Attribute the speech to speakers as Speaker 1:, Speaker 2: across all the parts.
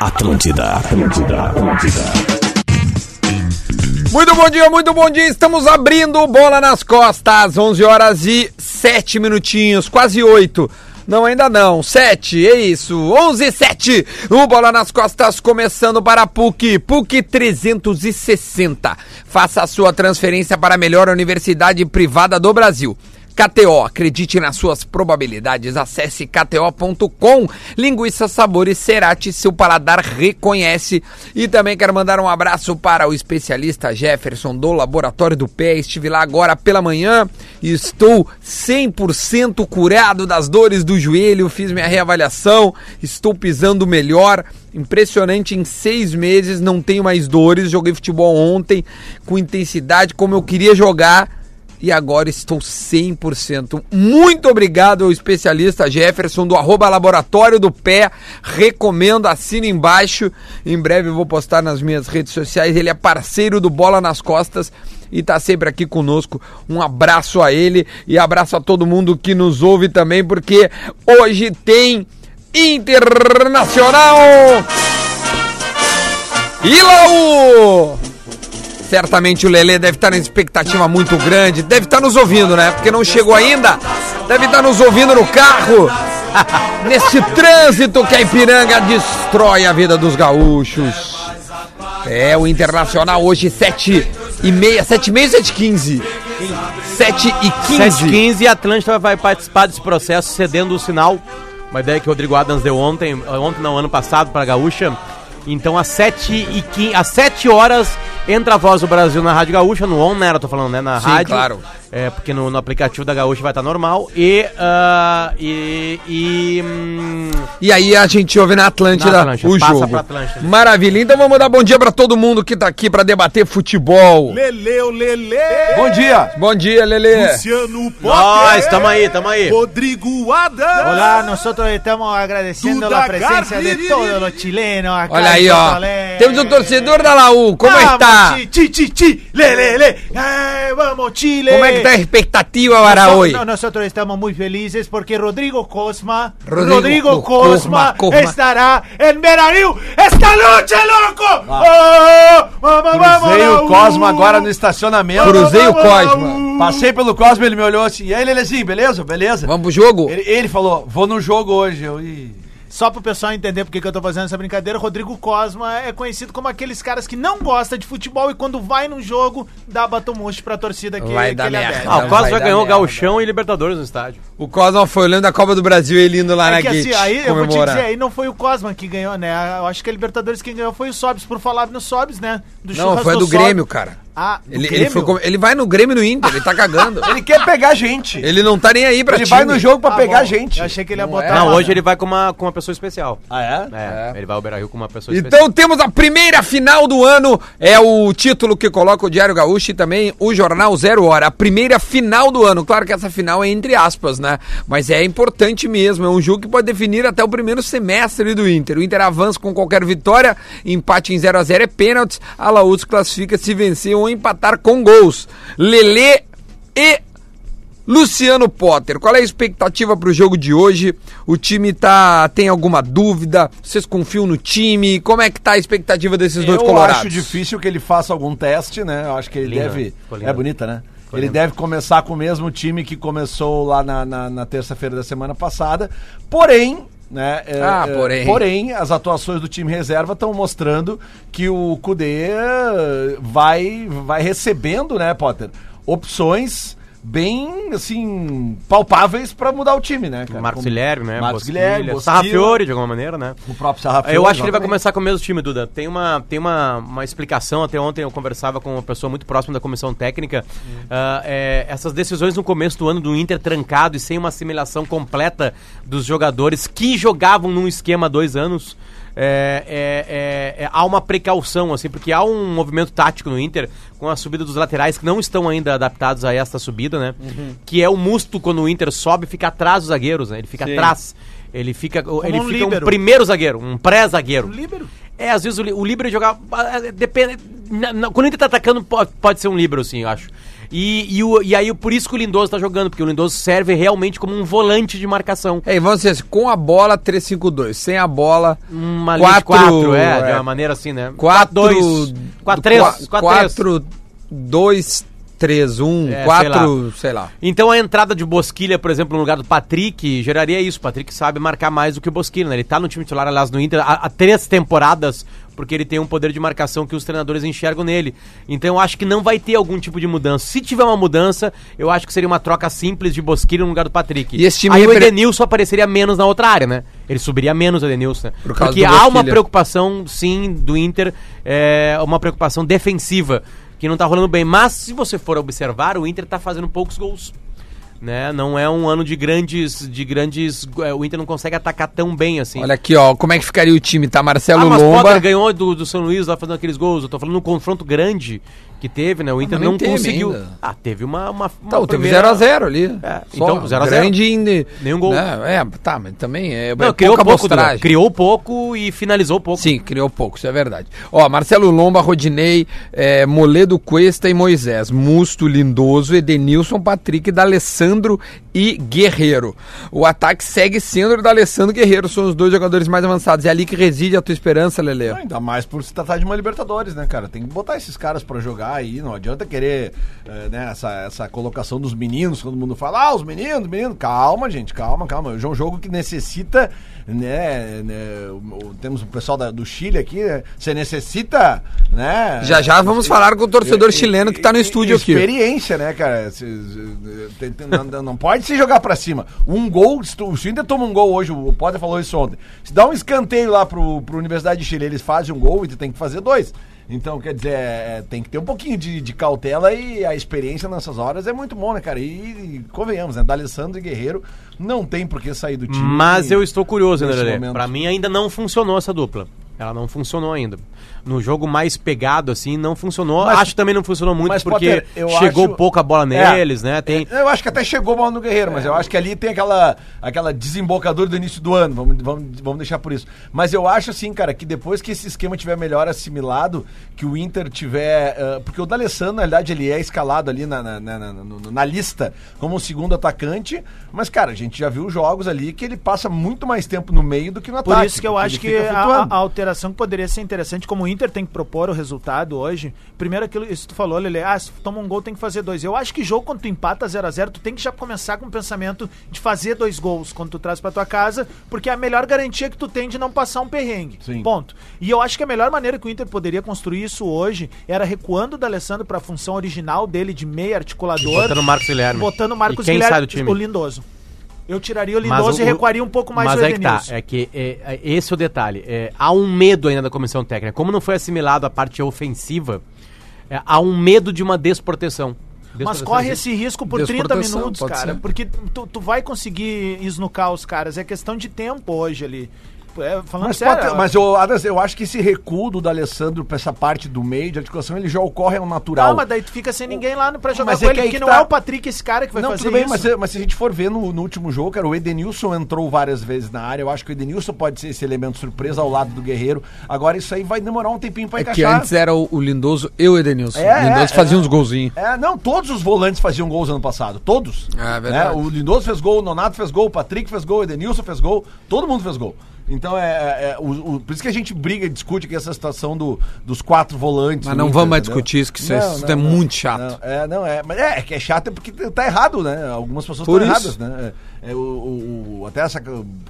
Speaker 1: Atlântida, Atlântida, Atlântida.
Speaker 2: Muito bom dia, muito bom dia. Estamos abrindo bola nas costas. 11 horas e 7 minutinhos, quase 8. Não, ainda não. 7, é isso. 11 e 7. O Bola nas Costas começando para a PUC. PUC 360. Faça a sua transferência para a melhor universidade privada do Brasil. KTO, acredite nas suas probabilidades. Acesse kto.com. Linguiça Sabores Cerati, seu paladar reconhece. E também quero mandar um abraço para o especialista Jefferson do Laboratório do Pé. Estive lá agora pela manhã e estou 100% curado das dores do joelho. Fiz minha reavaliação, estou pisando melhor. Impressionante, em seis meses não tenho mais dores. Joguei futebol ontem com intensidade como eu queria jogar e agora estou 100%. Muito obrigado ao especialista Jefferson do arroba Laboratório do Pé. Recomendo, assina embaixo. Em breve eu vou postar nas minhas redes sociais. Ele é parceiro do Bola nas Costas e está sempre aqui conosco. Um abraço a ele e abraço a todo mundo que nos ouve também, porque hoje tem Internacional Ilaú! Certamente o Lelê deve estar na expectativa muito grande, deve estar nos ouvindo, né? Porque não chegou ainda, deve estar nos ouvindo no carro. Nesse trânsito que a Ipiranga destrói a vida dos gaúchos. É, o Internacional hoje, 7 e meia, 7 e meia ou 7 e 15? 7 e 15.
Speaker 3: 7h15 e a Atlântida vai participar desse processo cedendo o sinal. Uma ideia que o Rodrigo Adams deu ontem, eh, ontem não, ano passado, para a Gaúcha. Então, às 7h15, às 7 horas, entra a voz do Brasil na Rádio Gaúcha, no On, né? Eu tô falando, né? Na
Speaker 2: Sim,
Speaker 3: rádio.
Speaker 2: claro.
Speaker 3: É, porque no, no aplicativo da Gaúcha vai estar normal. E. ah, e. e hum,
Speaker 2: E aí a gente ouve na Atlântida,
Speaker 3: Na Atlântida,
Speaker 2: o
Speaker 3: passa
Speaker 2: jogo.
Speaker 3: pra Atlântida.
Speaker 2: Maravilha. Então vamos dar bom dia pra todo mundo que tá aqui pra debater futebol.
Speaker 4: Leleu, Lele,
Speaker 5: Bom dia!
Speaker 2: Bom dia, Lelê.
Speaker 4: Luciano Potter,
Speaker 3: nós, tamo aí, tamo aí.
Speaker 4: Rodrigo Adams.
Speaker 5: Hola, nosotros estamos agradeciendo
Speaker 4: Duda
Speaker 5: la presencia de
Speaker 4: Garbi.
Speaker 5: todos los chilenos acá.
Speaker 2: Olha aí,
Speaker 5: en
Speaker 2: ó.
Speaker 5: Porto Alegre.
Speaker 2: Temos o torcedor da Laú. Como
Speaker 5: Vamos,
Speaker 2: está?
Speaker 5: Chi, chi, chi, chi, le, le, le. Ay, vamos, Chile.
Speaker 2: Como é que tá a expectativa para
Speaker 5: Nosotros-
Speaker 2: hoy?
Speaker 5: no, nosotros estamos muy felices porque Rodrigo Cosma,
Speaker 2: Rodrigo
Speaker 5: Rodrigo,
Speaker 2: Co- Cosma,
Speaker 5: Cosma,
Speaker 2: Cosma.
Speaker 5: estará en Verariu esta noche, loco. Oh, vamos, vamos,
Speaker 6: Ah. Cruzei o
Speaker 5: Laú.
Speaker 6: Cosma agora no estacionamento.
Speaker 2: Cruzei o Cosma.
Speaker 5: Laú.
Speaker 6: Passei pelo Cosma, ele me olhou assim. E aí, Lelezinho, beleza? Beleza?
Speaker 2: Vamos pro jogo?
Speaker 6: Ele, ele falou, vou no jogo hoje. Eu, "Ih,
Speaker 5: Só pro pessoal entender porque que eu tô fazendo essa brincadeira, Rodrigo Cosma é conhecido como aqueles caras que não gosta de futebol e quando vai num jogo, dá batomuste pra torcida que,
Speaker 2: Vai
Speaker 5: que
Speaker 2: dar merda.
Speaker 5: adere.
Speaker 3: Ah,
Speaker 2: Não
Speaker 3: o Cosmo
Speaker 2: vai
Speaker 3: já
Speaker 2: dar
Speaker 3: ganhou o
Speaker 2: merda.
Speaker 3: Gauchão e Libertadores no estádio.
Speaker 2: O Cosma foi olhando a Copa do Brasil e ele indo lá
Speaker 5: É
Speaker 2: na
Speaker 5: que assim,
Speaker 2: Gate
Speaker 5: aí eu vou te
Speaker 2: comemorar.
Speaker 5: dizer, aí não foi o Cosma que ganhou, né? Eu acho que a Libertadores quem ganhou foi o Sobs, por falar no Sobs, né? Do
Speaker 2: Não,
Speaker 5: churras
Speaker 2: foi do
Speaker 5: Sobs.
Speaker 2: Grêmio, cara.
Speaker 5: Ah, do
Speaker 2: Ele, ele
Speaker 5: Grêmio?
Speaker 2: foi com- ele vai no Grêmio e no Inter, ele tá cagando.
Speaker 6: Ele quer pegar gente. Ele,
Speaker 2: ele não tá nem aí pra time.
Speaker 6: vai no jogo
Speaker 4: Tá
Speaker 6: pra
Speaker 5: Ah,
Speaker 6: pegar
Speaker 5: bom.
Speaker 6: gente.
Speaker 5: Eu achei que ele ia
Speaker 2: Não
Speaker 5: botar.
Speaker 2: é.
Speaker 5: lá,
Speaker 3: Não, hoje
Speaker 5: né?
Speaker 3: ele vai com uma, com uma pessoa especial.
Speaker 6: Ah, é?
Speaker 3: É, ele vai ao Beira Rio com uma pessoa especial.
Speaker 2: Então temos a primeira final do ano, é o título que coloca o Diário Gaúcho e também o Jornal Zero Hora. A primeira final do ano. Claro que essa final é entre aspas, né? Mas é importante mesmo. É um jogo que pode definir até o primeiro semestre do Inter. O Inter avança com qualquer vitória, empate em 0 a 0 é pênaltis. A Laúd classifica se vencer ou empatar com gols. Lelê e Luciano Potter, qual é a expectativa para o jogo de hoje? O time tá tem alguma dúvida? Vocês confiam no time? Como é que tá a expectativa desses dois
Speaker 6: Eu
Speaker 2: colorados?
Speaker 6: acho difícil que ele faça algum teste, né? Eu acho que ele
Speaker 3: Linda.
Speaker 6: deve.
Speaker 3: Ficou linda.
Speaker 6: É bonita, né?
Speaker 3: Ficou
Speaker 6: Ele
Speaker 3: linda.
Speaker 6: deve começar com o mesmo time que começou lá na, na- na terça-feira da semana passada. Porém. Né? é,
Speaker 2: Ah,
Speaker 6: é,
Speaker 2: porém.
Speaker 6: porém, as atuações do time reserva estão mostrando que o Kudê eh, vai, vai recebendo, né, Potter? Opções bem, assim, palpáveis para mudar o time, né? cara?
Speaker 3: Marcos
Speaker 6: Como-
Speaker 3: Guilherme, né?
Speaker 6: Marcos
Speaker 3: Bosquilha,
Speaker 6: Guilherme,
Speaker 3: Sarrafiore, de alguma maneira, né?
Speaker 6: O próprio Sarrafiori.
Speaker 3: Eu acho que ele vai
Speaker 6: exatamente.
Speaker 3: começar com o mesmo time, Duda. Tem uma, tem uma, uma explicação. Até ontem eu conversava com uma pessoa muito próxima da comissão técnica.
Speaker 5: Uhum.
Speaker 3: Ah, é, essas decisões no começo do ano do Inter trancado e sem uma assimilação completa dos jogadores que jogavam num esquema há dois anos. é, é, é, é, há uma precaução, assim, porque há um movimento tático no Inter com a subida dos laterais que não estão ainda adaptados a esta subida, né?
Speaker 5: Uhum.
Speaker 3: Que é o musto quando o Inter sobe fica atrás dos zagueiros, né? Ele fica atrás. Ele fica, ele
Speaker 5: um
Speaker 3: fica um
Speaker 5: líbero.
Speaker 3: primeiro zagueiro, um pré-zagueiro.
Speaker 5: Líbero?
Speaker 3: É, às vezes o, li- o líbero jogava. ah, ah, Depende. na- na- quando o Inter tá atacando, po- pode, ser um líbero, sim, eu acho. E, e, o- e aí, por isso que o Lindoso tá jogando, porque o Lindoso serve realmente como um volante de marcação.
Speaker 2: É, e vamos dizer assim, com a bola 3-5-2, sem a bola
Speaker 3: Uma linha de
Speaker 2: Quatro,
Speaker 3: quatro, é, de
Speaker 2: é.
Speaker 3: uma maneira assim, né?
Speaker 2: 4
Speaker 3: 4 3 4
Speaker 2: 4 2 3 1
Speaker 3: É,
Speaker 2: 4, um, sei lá.
Speaker 3: Então a entrada de Bosquilha, por exemplo, no lugar do Patrick, geraria isso. O Patrick sabe marcar mais do que o Bosquilha, né? Ele tá no time titular, aliás, no Inter há, há três temporadas, porque ele tem um poder de marcação que os treinadores enxergam nele. Então eu acho que não vai ter algum tipo de mudança. Se tiver uma mudança, eu acho que seria uma troca simples de Bosquilha no lugar do Patrick.
Speaker 2: E esse time
Speaker 3: Aí o
Speaker 2: empre-
Speaker 3: Edenilson apareceria menos na outra área, né? Ele subiria menos o Edenilson. né?
Speaker 2: Por causa
Speaker 3: porque
Speaker 2: do
Speaker 3: há uma
Speaker 2: Bosquilha.
Speaker 3: preocupação, sim, do Inter, é, uma preocupação defensiva, que não tá rolando bem. Mas, se você for observar, o Inter tá fazendo poucos gols. Né? Não é um ano de grandes. de grandes é, O Inter não consegue atacar tão bem assim.
Speaker 2: Olha aqui, ó, como é que ficaria o time? Tá Marcelo
Speaker 3: ah, mas Potter
Speaker 2: Lomba.
Speaker 3: ganhou do, do São Luís lá fazendo aqueles gols. Eu tô falando no confronto grande que teve, né? O Inter
Speaker 2: mas nem
Speaker 3: não
Speaker 2: teve
Speaker 3: conseguiu.
Speaker 2: ainda.
Speaker 3: Ah, teve uma. uma, uma
Speaker 2: Então, teve
Speaker 3: primeira-
Speaker 2: 0x0 ali.
Speaker 3: É,
Speaker 2: Só um
Speaker 3: então, 0x0.
Speaker 2: Grande ainda.
Speaker 3: Nenhum gol.
Speaker 2: É, tá, mas também é,
Speaker 3: Não,
Speaker 2: é
Speaker 3: criou
Speaker 2: pouca
Speaker 3: pouco, Duda.
Speaker 2: amostragem.
Speaker 3: criou pouco e finalizou pouco.
Speaker 2: Sim, criou pouco, isso é verdade. Ó, Marcelo Lomba, Rodinei, eh, Moledo Cuesta e Moisés. Musto, Lindoso, Edenilson, Patrick, D'Alessandro e Guerreiro. O ataque segue sendo o D'Alessandro e Guerreiro, são os dois jogadores mais avançados. É ali que reside a tua esperança, Lele.
Speaker 6: Ainda mais por se tratar de uma Libertadores, né, cara? Tem que botar esses caras pra jogar aí, não adianta querer eh, né, essa, essa colocação dos meninos, todo mundo fala, ah, os meninos, meninos. Calma, gente, calma, calma. É um jogo que necessita, né, né, o- o- temos o pessoal da- do Chile aqui, né? Você necessita, né?
Speaker 2: Já já vamos falar com o torcedor chileno que tá no estúdio aqui.
Speaker 6: é, Experiência, né, cara? Se- se- tem- tem- não- Não não pode se jogar pra cima. Um gol, se tu- se o Inter toma um gol hoje, o Potter falou isso ontem. Se dá um escanteio lá pro, pro Universidade de Chile, eles fazem um gol e tu tem que fazer dois. Então, quer dizer, é, tem que ter um pouquinho de, de cautela e a experiência nessas horas é muito bom, né, cara? E, e convenhamos, né? D'Alessandro e Guerreiro não tem por que sair do time.
Speaker 3: Mas eu estou curioso, né,
Speaker 6: nesse
Speaker 3: Lelê?
Speaker 6: momento.
Speaker 3: Pra mim ainda não funcionou essa dupla. Ela não funcionou ainda. No jogo mais pegado, assim, não funcionou.
Speaker 6: Mas-
Speaker 3: acho que também não funcionou muito
Speaker 6: mas,
Speaker 3: porque
Speaker 6: Potter, eu
Speaker 3: chegou
Speaker 6: acho-
Speaker 3: pouca bola
Speaker 6: É.
Speaker 3: neles, né? Tem...
Speaker 6: Eu acho que até chegou mal no Guerreiro, mas eu acho que ali tem aquela, aquela desembocadura do início do ano. Vamos, vamos, vamos deixar por isso. Mas eu acho assim, cara, que depois que esse esquema tiver melhor assimilado, que o Inter tiver. ah, porque o D'Alessandro, na verdade, ele é escalado ali na, na, na- na- no- na lista como um segundo atacante. Mas, cara, a gente já viu jogos ali que ele passa muito mais tempo no meio do que no
Speaker 5: Por
Speaker 6: ataque.
Speaker 5: isso que eu
Speaker 6: porque
Speaker 5: acho
Speaker 6: Tá, ele
Speaker 5: que
Speaker 6: fica
Speaker 5: a,
Speaker 6: flutuando.
Speaker 5: a alteração que poderia ser interessante, como o Inter tem que propor o resultado hoje. Primeiro, aquilo isso que tu falou, Lele, ah, se tu toma um gol, tem que fazer dois. Eu acho que jogo, quando tu empata 0 a 0 tu tem que já começar com o pensamento de fazer dois gols quando tu traz pra tua casa, porque é a melhor garantia que tu tem de não passar um perrengue.
Speaker 6: Sim.
Speaker 5: Ponto. E eu acho que a melhor maneira que o Inter poderia construir isso hoje era recuando o D'Alessandro pra função original dele de meia articulador.
Speaker 3: Botando o Marcos Guilherme.
Speaker 5: Botando o Marcos
Speaker 3: E quem
Speaker 5: Guilherme
Speaker 3: sai do time?
Speaker 5: o Lindoso. Eu tiraria o
Speaker 3: Mas
Speaker 5: Lindoso
Speaker 3: o-
Speaker 5: e recuaria um pouco mais
Speaker 3: mas
Speaker 5: o
Speaker 3: é que tá,
Speaker 5: Edenilson.
Speaker 3: é que é, é, esse é o detalhe. É, há um medo ainda da comissão técnica. Como não foi assimilado a parte ofensiva, é, há um medo de uma desproteção.
Speaker 5: Mas
Speaker 6: tá
Speaker 3: Desproteção,
Speaker 5: corre
Speaker 3: sim.
Speaker 5: esse risco por 30
Speaker 2: Desproteção,
Speaker 5: minutos,
Speaker 2: pode
Speaker 5: cara.
Speaker 2: ser.
Speaker 5: Porque tu, tu vai conseguir esnucar os caras. É questão de tempo hoje ali. É, falando
Speaker 6: Mas,
Speaker 5: sério,
Speaker 6: Potter, mas eu, Adams, eu acho que esse recuo do D'Alessandro pra essa parte do meio de articulação, ele já ocorre ao natural.
Speaker 5: Não, mas daí tu fica sem ninguém lá pra jogar
Speaker 6: Mas
Speaker 5: com
Speaker 6: é que
Speaker 5: ele,
Speaker 6: aí
Speaker 5: porque
Speaker 6: que
Speaker 5: não
Speaker 6: tá.
Speaker 5: é o Patrick esse cara que vai
Speaker 6: não,
Speaker 5: fazer
Speaker 6: tudo bem,
Speaker 5: isso.
Speaker 6: mas, é- mas se a gente for ver no, no último jogo, cara, o Edenilson entrou várias vezes na área. Eu acho que o Edenilson pode ser esse elemento surpresa ao lado do Guerreiro. Agora isso aí vai demorar um tempinho pra
Speaker 2: É que
Speaker 6: encaixar.
Speaker 2: antes era o, o Lindoso e o Edenilson.
Speaker 6: É,
Speaker 2: o Lindoso
Speaker 6: é,
Speaker 2: fazia
Speaker 6: é.
Speaker 2: uns golzinhos.
Speaker 6: É, não, todos os volantes faziam gols ano passado. Todos. Né?
Speaker 2: É, verdade.
Speaker 6: O Lindoso fez gol, o Nonato fez gol, o Patrick fez gol, o Edenilson fez gol, todo mundo fez gol. Então é. é- é, o- o- por isso que a gente briga e discute aqui essa situação do, dos quatro volantes.
Speaker 2: Mas
Speaker 6: do
Speaker 2: não
Speaker 6: Inter,
Speaker 2: vamos mais
Speaker 6: entendeu?
Speaker 2: discutir isso, que isso é- isso é muito chato.
Speaker 6: não. É, não, é. Mas é, é que é chato é porque tá errado, né? Algumas pessoas
Speaker 2: Por
Speaker 6: estão erradas,
Speaker 2: isso.
Speaker 6: né? É, é, o, o- o- até essa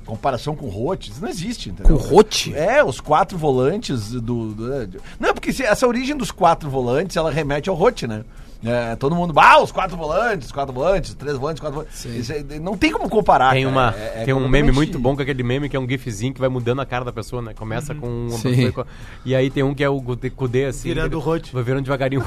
Speaker 6: comparação com o Rote, isso não existe,
Speaker 2: Com o
Speaker 6: entendeu?
Speaker 2: Rote?
Speaker 6: É, os quatro volantes do. do- é, de- não, porque se- essa origem dos quatro volantes, ela remete ao Rote, né? É, todo mundo, ah, os quatro volantes, os quatro volantes, três volantes, quatro volantes. Isso é- não tem como
Speaker 5: Ah,
Speaker 6: comparar.
Speaker 3: Tem,
Speaker 6: cara.
Speaker 3: uma,
Speaker 6: É- é
Speaker 3: tem um meme
Speaker 6: completamente-
Speaker 3: muito bom com aquele meme que é um gifzinho que vai mudando a cara da pessoa, né? Começa
Speaker 5: Uhum.
Speaker 3: com uma
Speaker 2: Sim.
Speaker 3: pessoa com- E aí tem um que é o Gude- Kudê, assim.
Speaker 5: Virando o Rote.
Speaker 3: Vai virando devagarinho.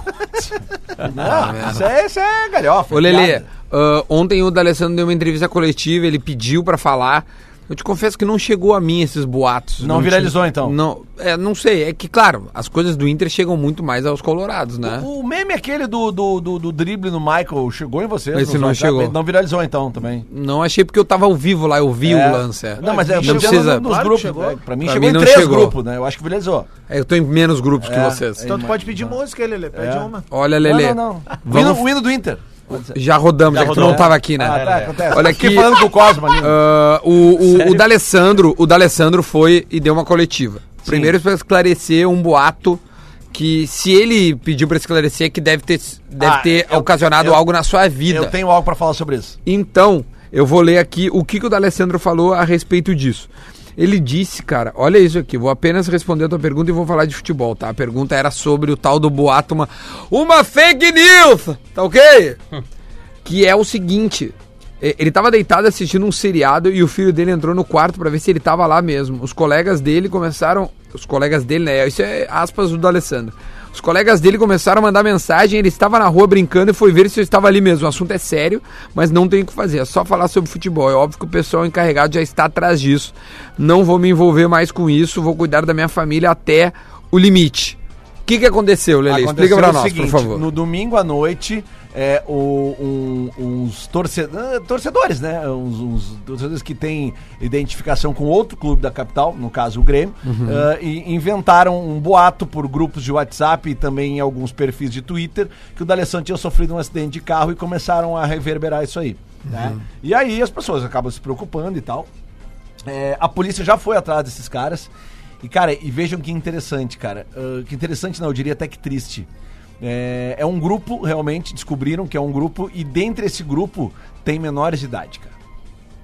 Speaker 6: Não, isso, é, isso é galhofa.
Speaker 2: Ah, Ô, Lelê,
Speaker 6: piada.
Speaker 2: ah, ontem o D'Alessandro deu uma entrevista coletiva, ele pediu pra falar. Eu te confesso que não chegou a mim esses boatos.
Speaker 6: Não
Speaker 2: tinha-
Speaker 6: viralizou, então?
Speaker 2: Não, é, não sei. É que, claro, as coisas do Inter chegam muito mais aos colorados, né?
Speaker 6: O meme aquele do, do, do, do drible no Michael chegou em vocês?
Speaker 2: Esse
Speaker 6: nos
Speaker 2: não
Speaker 6: WhatsApp?
Speaker 2: chegou.
Speaker 6: Não viralizou então também.
Speaker 2: Não achei porque eu tava ao vivo lá, eu vi
Speaker 6: É.
Speaker 2: o lance. é.
Speaker 6: Não, mas é, eu tô
Speaker 2: não
Speaker 6: dizendo
Speaker 2: precisa.
Speaker 6: nos
Speaker 5: Claro que
Speaker 6: grupos.
Speaker 5: chegou.
Speaker 6: É, Pra mim
Speaker 2: Pra
Speaker 6: chegou
Speaker 2: mim
Speaker 6: em
Speaker 2: não
Speaker 6: três
Speaker 2: chegou.
Speaker 6: grupos, né? Eu acho que viralizou.
Speaker 2: É, Eu tô em menos grupos que
Speaker 6: É,
Speaker 2: vocês.
Speaker 5: Então tu pode pedir música, Lelê. Pede
Speaker 6: É.
Speaker 5: uma.
Speaker 2: Olha, Lelê.
Speaker 6: Não, não, não. O
Speaker 2: Vamos-
Speaker 6: hino, o hino do Inter.
Speaker 2: Já rodamos, já, que tu
Speaker 3: rodou.
Speaker 2: não tava aqui, né?
Speaker 6: Ah, tá, acontece.
Speaker 2: Olha
Speaker 6: Fiquei
Speaker 2: aqui.
Speaker 6: falando com o Cosmo ali.
Speaker 2: Ah, o, o, o D'Alessandro, o D'Alessandro foi e deu uma coletiva. Primeiro para esclarecer um boato que se ele pediu para esclarecer é que deve ter deve
Speaker 6: Ah,
Speaker 2: ter
Speaker 6: eu-
Speaker 2: ocasionado
Speaker 6: eu-
Speaker 2: algo na sua vida.
Speaker 6: Eu tenho algo pra falar sobre isso.
Speaker 2: Então, eu vou ler aqui o que, que o D'Alessandro falou a respeito disso. Ele disse, cara, olha isso aqui, vou apenas responder a tua pergunta e vou falar de futebol, tá? A pergunta era sobre o tal do boato, uma, uma fake news, tá ok? que é o seguinte, e- ele tava deitado assistindo um seriado e o filho dele entrou no quarto pra ver se ele tava lá mesmo. Os colegas dele começaram, os colegas dele, né, isso é aspas do D'Alessandro. Os colegas dele começaram a mandar mensagem, ele estava na rua brincando e foi ver se eu estava ali mesmo. O assunto é sério, mas não tem o que fazer, é só falar sobre futebol. É óbvio que o pessoal encarregado já está atrás disso. Não vou me envolver mais com isso, vou cuidar da minha família até o limite. O que, que aconteceu, Lele? Explica
Speaker 6: Aconteceu
Speaker 2: pra
Speaker 6: o
Speaker 2: nós,
Speaker 6: seguinte,
Speaker 2: por favor.
Speaker 6: No domingo à noite, é, o- um- uns torce- ah, torcedores, né? Uns, uns torcedores que têm identificação com outro clube da capital, no caso o Grêmio,
Speaker 2: Uhum.
Speaker 6: ah, e inventaram um boato por grupos de WhatsApp e também em alguns perfis de Twitter que o D'Alessandro tinha sofrido um acidente de carro e começaram a reverberar isso aí. né?
Speaker 2: Uhum.
Speaker 6: E aí as pessoas acabam se preocupando e tal. É, a polícia já foi atrás desses caras. E, cara, e vejam que interessante, cara. Ah, que interessante, não, eu diria até que triste. É, é um grupo, realmente, descobriram que é um grupo, e dentre esse grupo tem menores de idade, cara.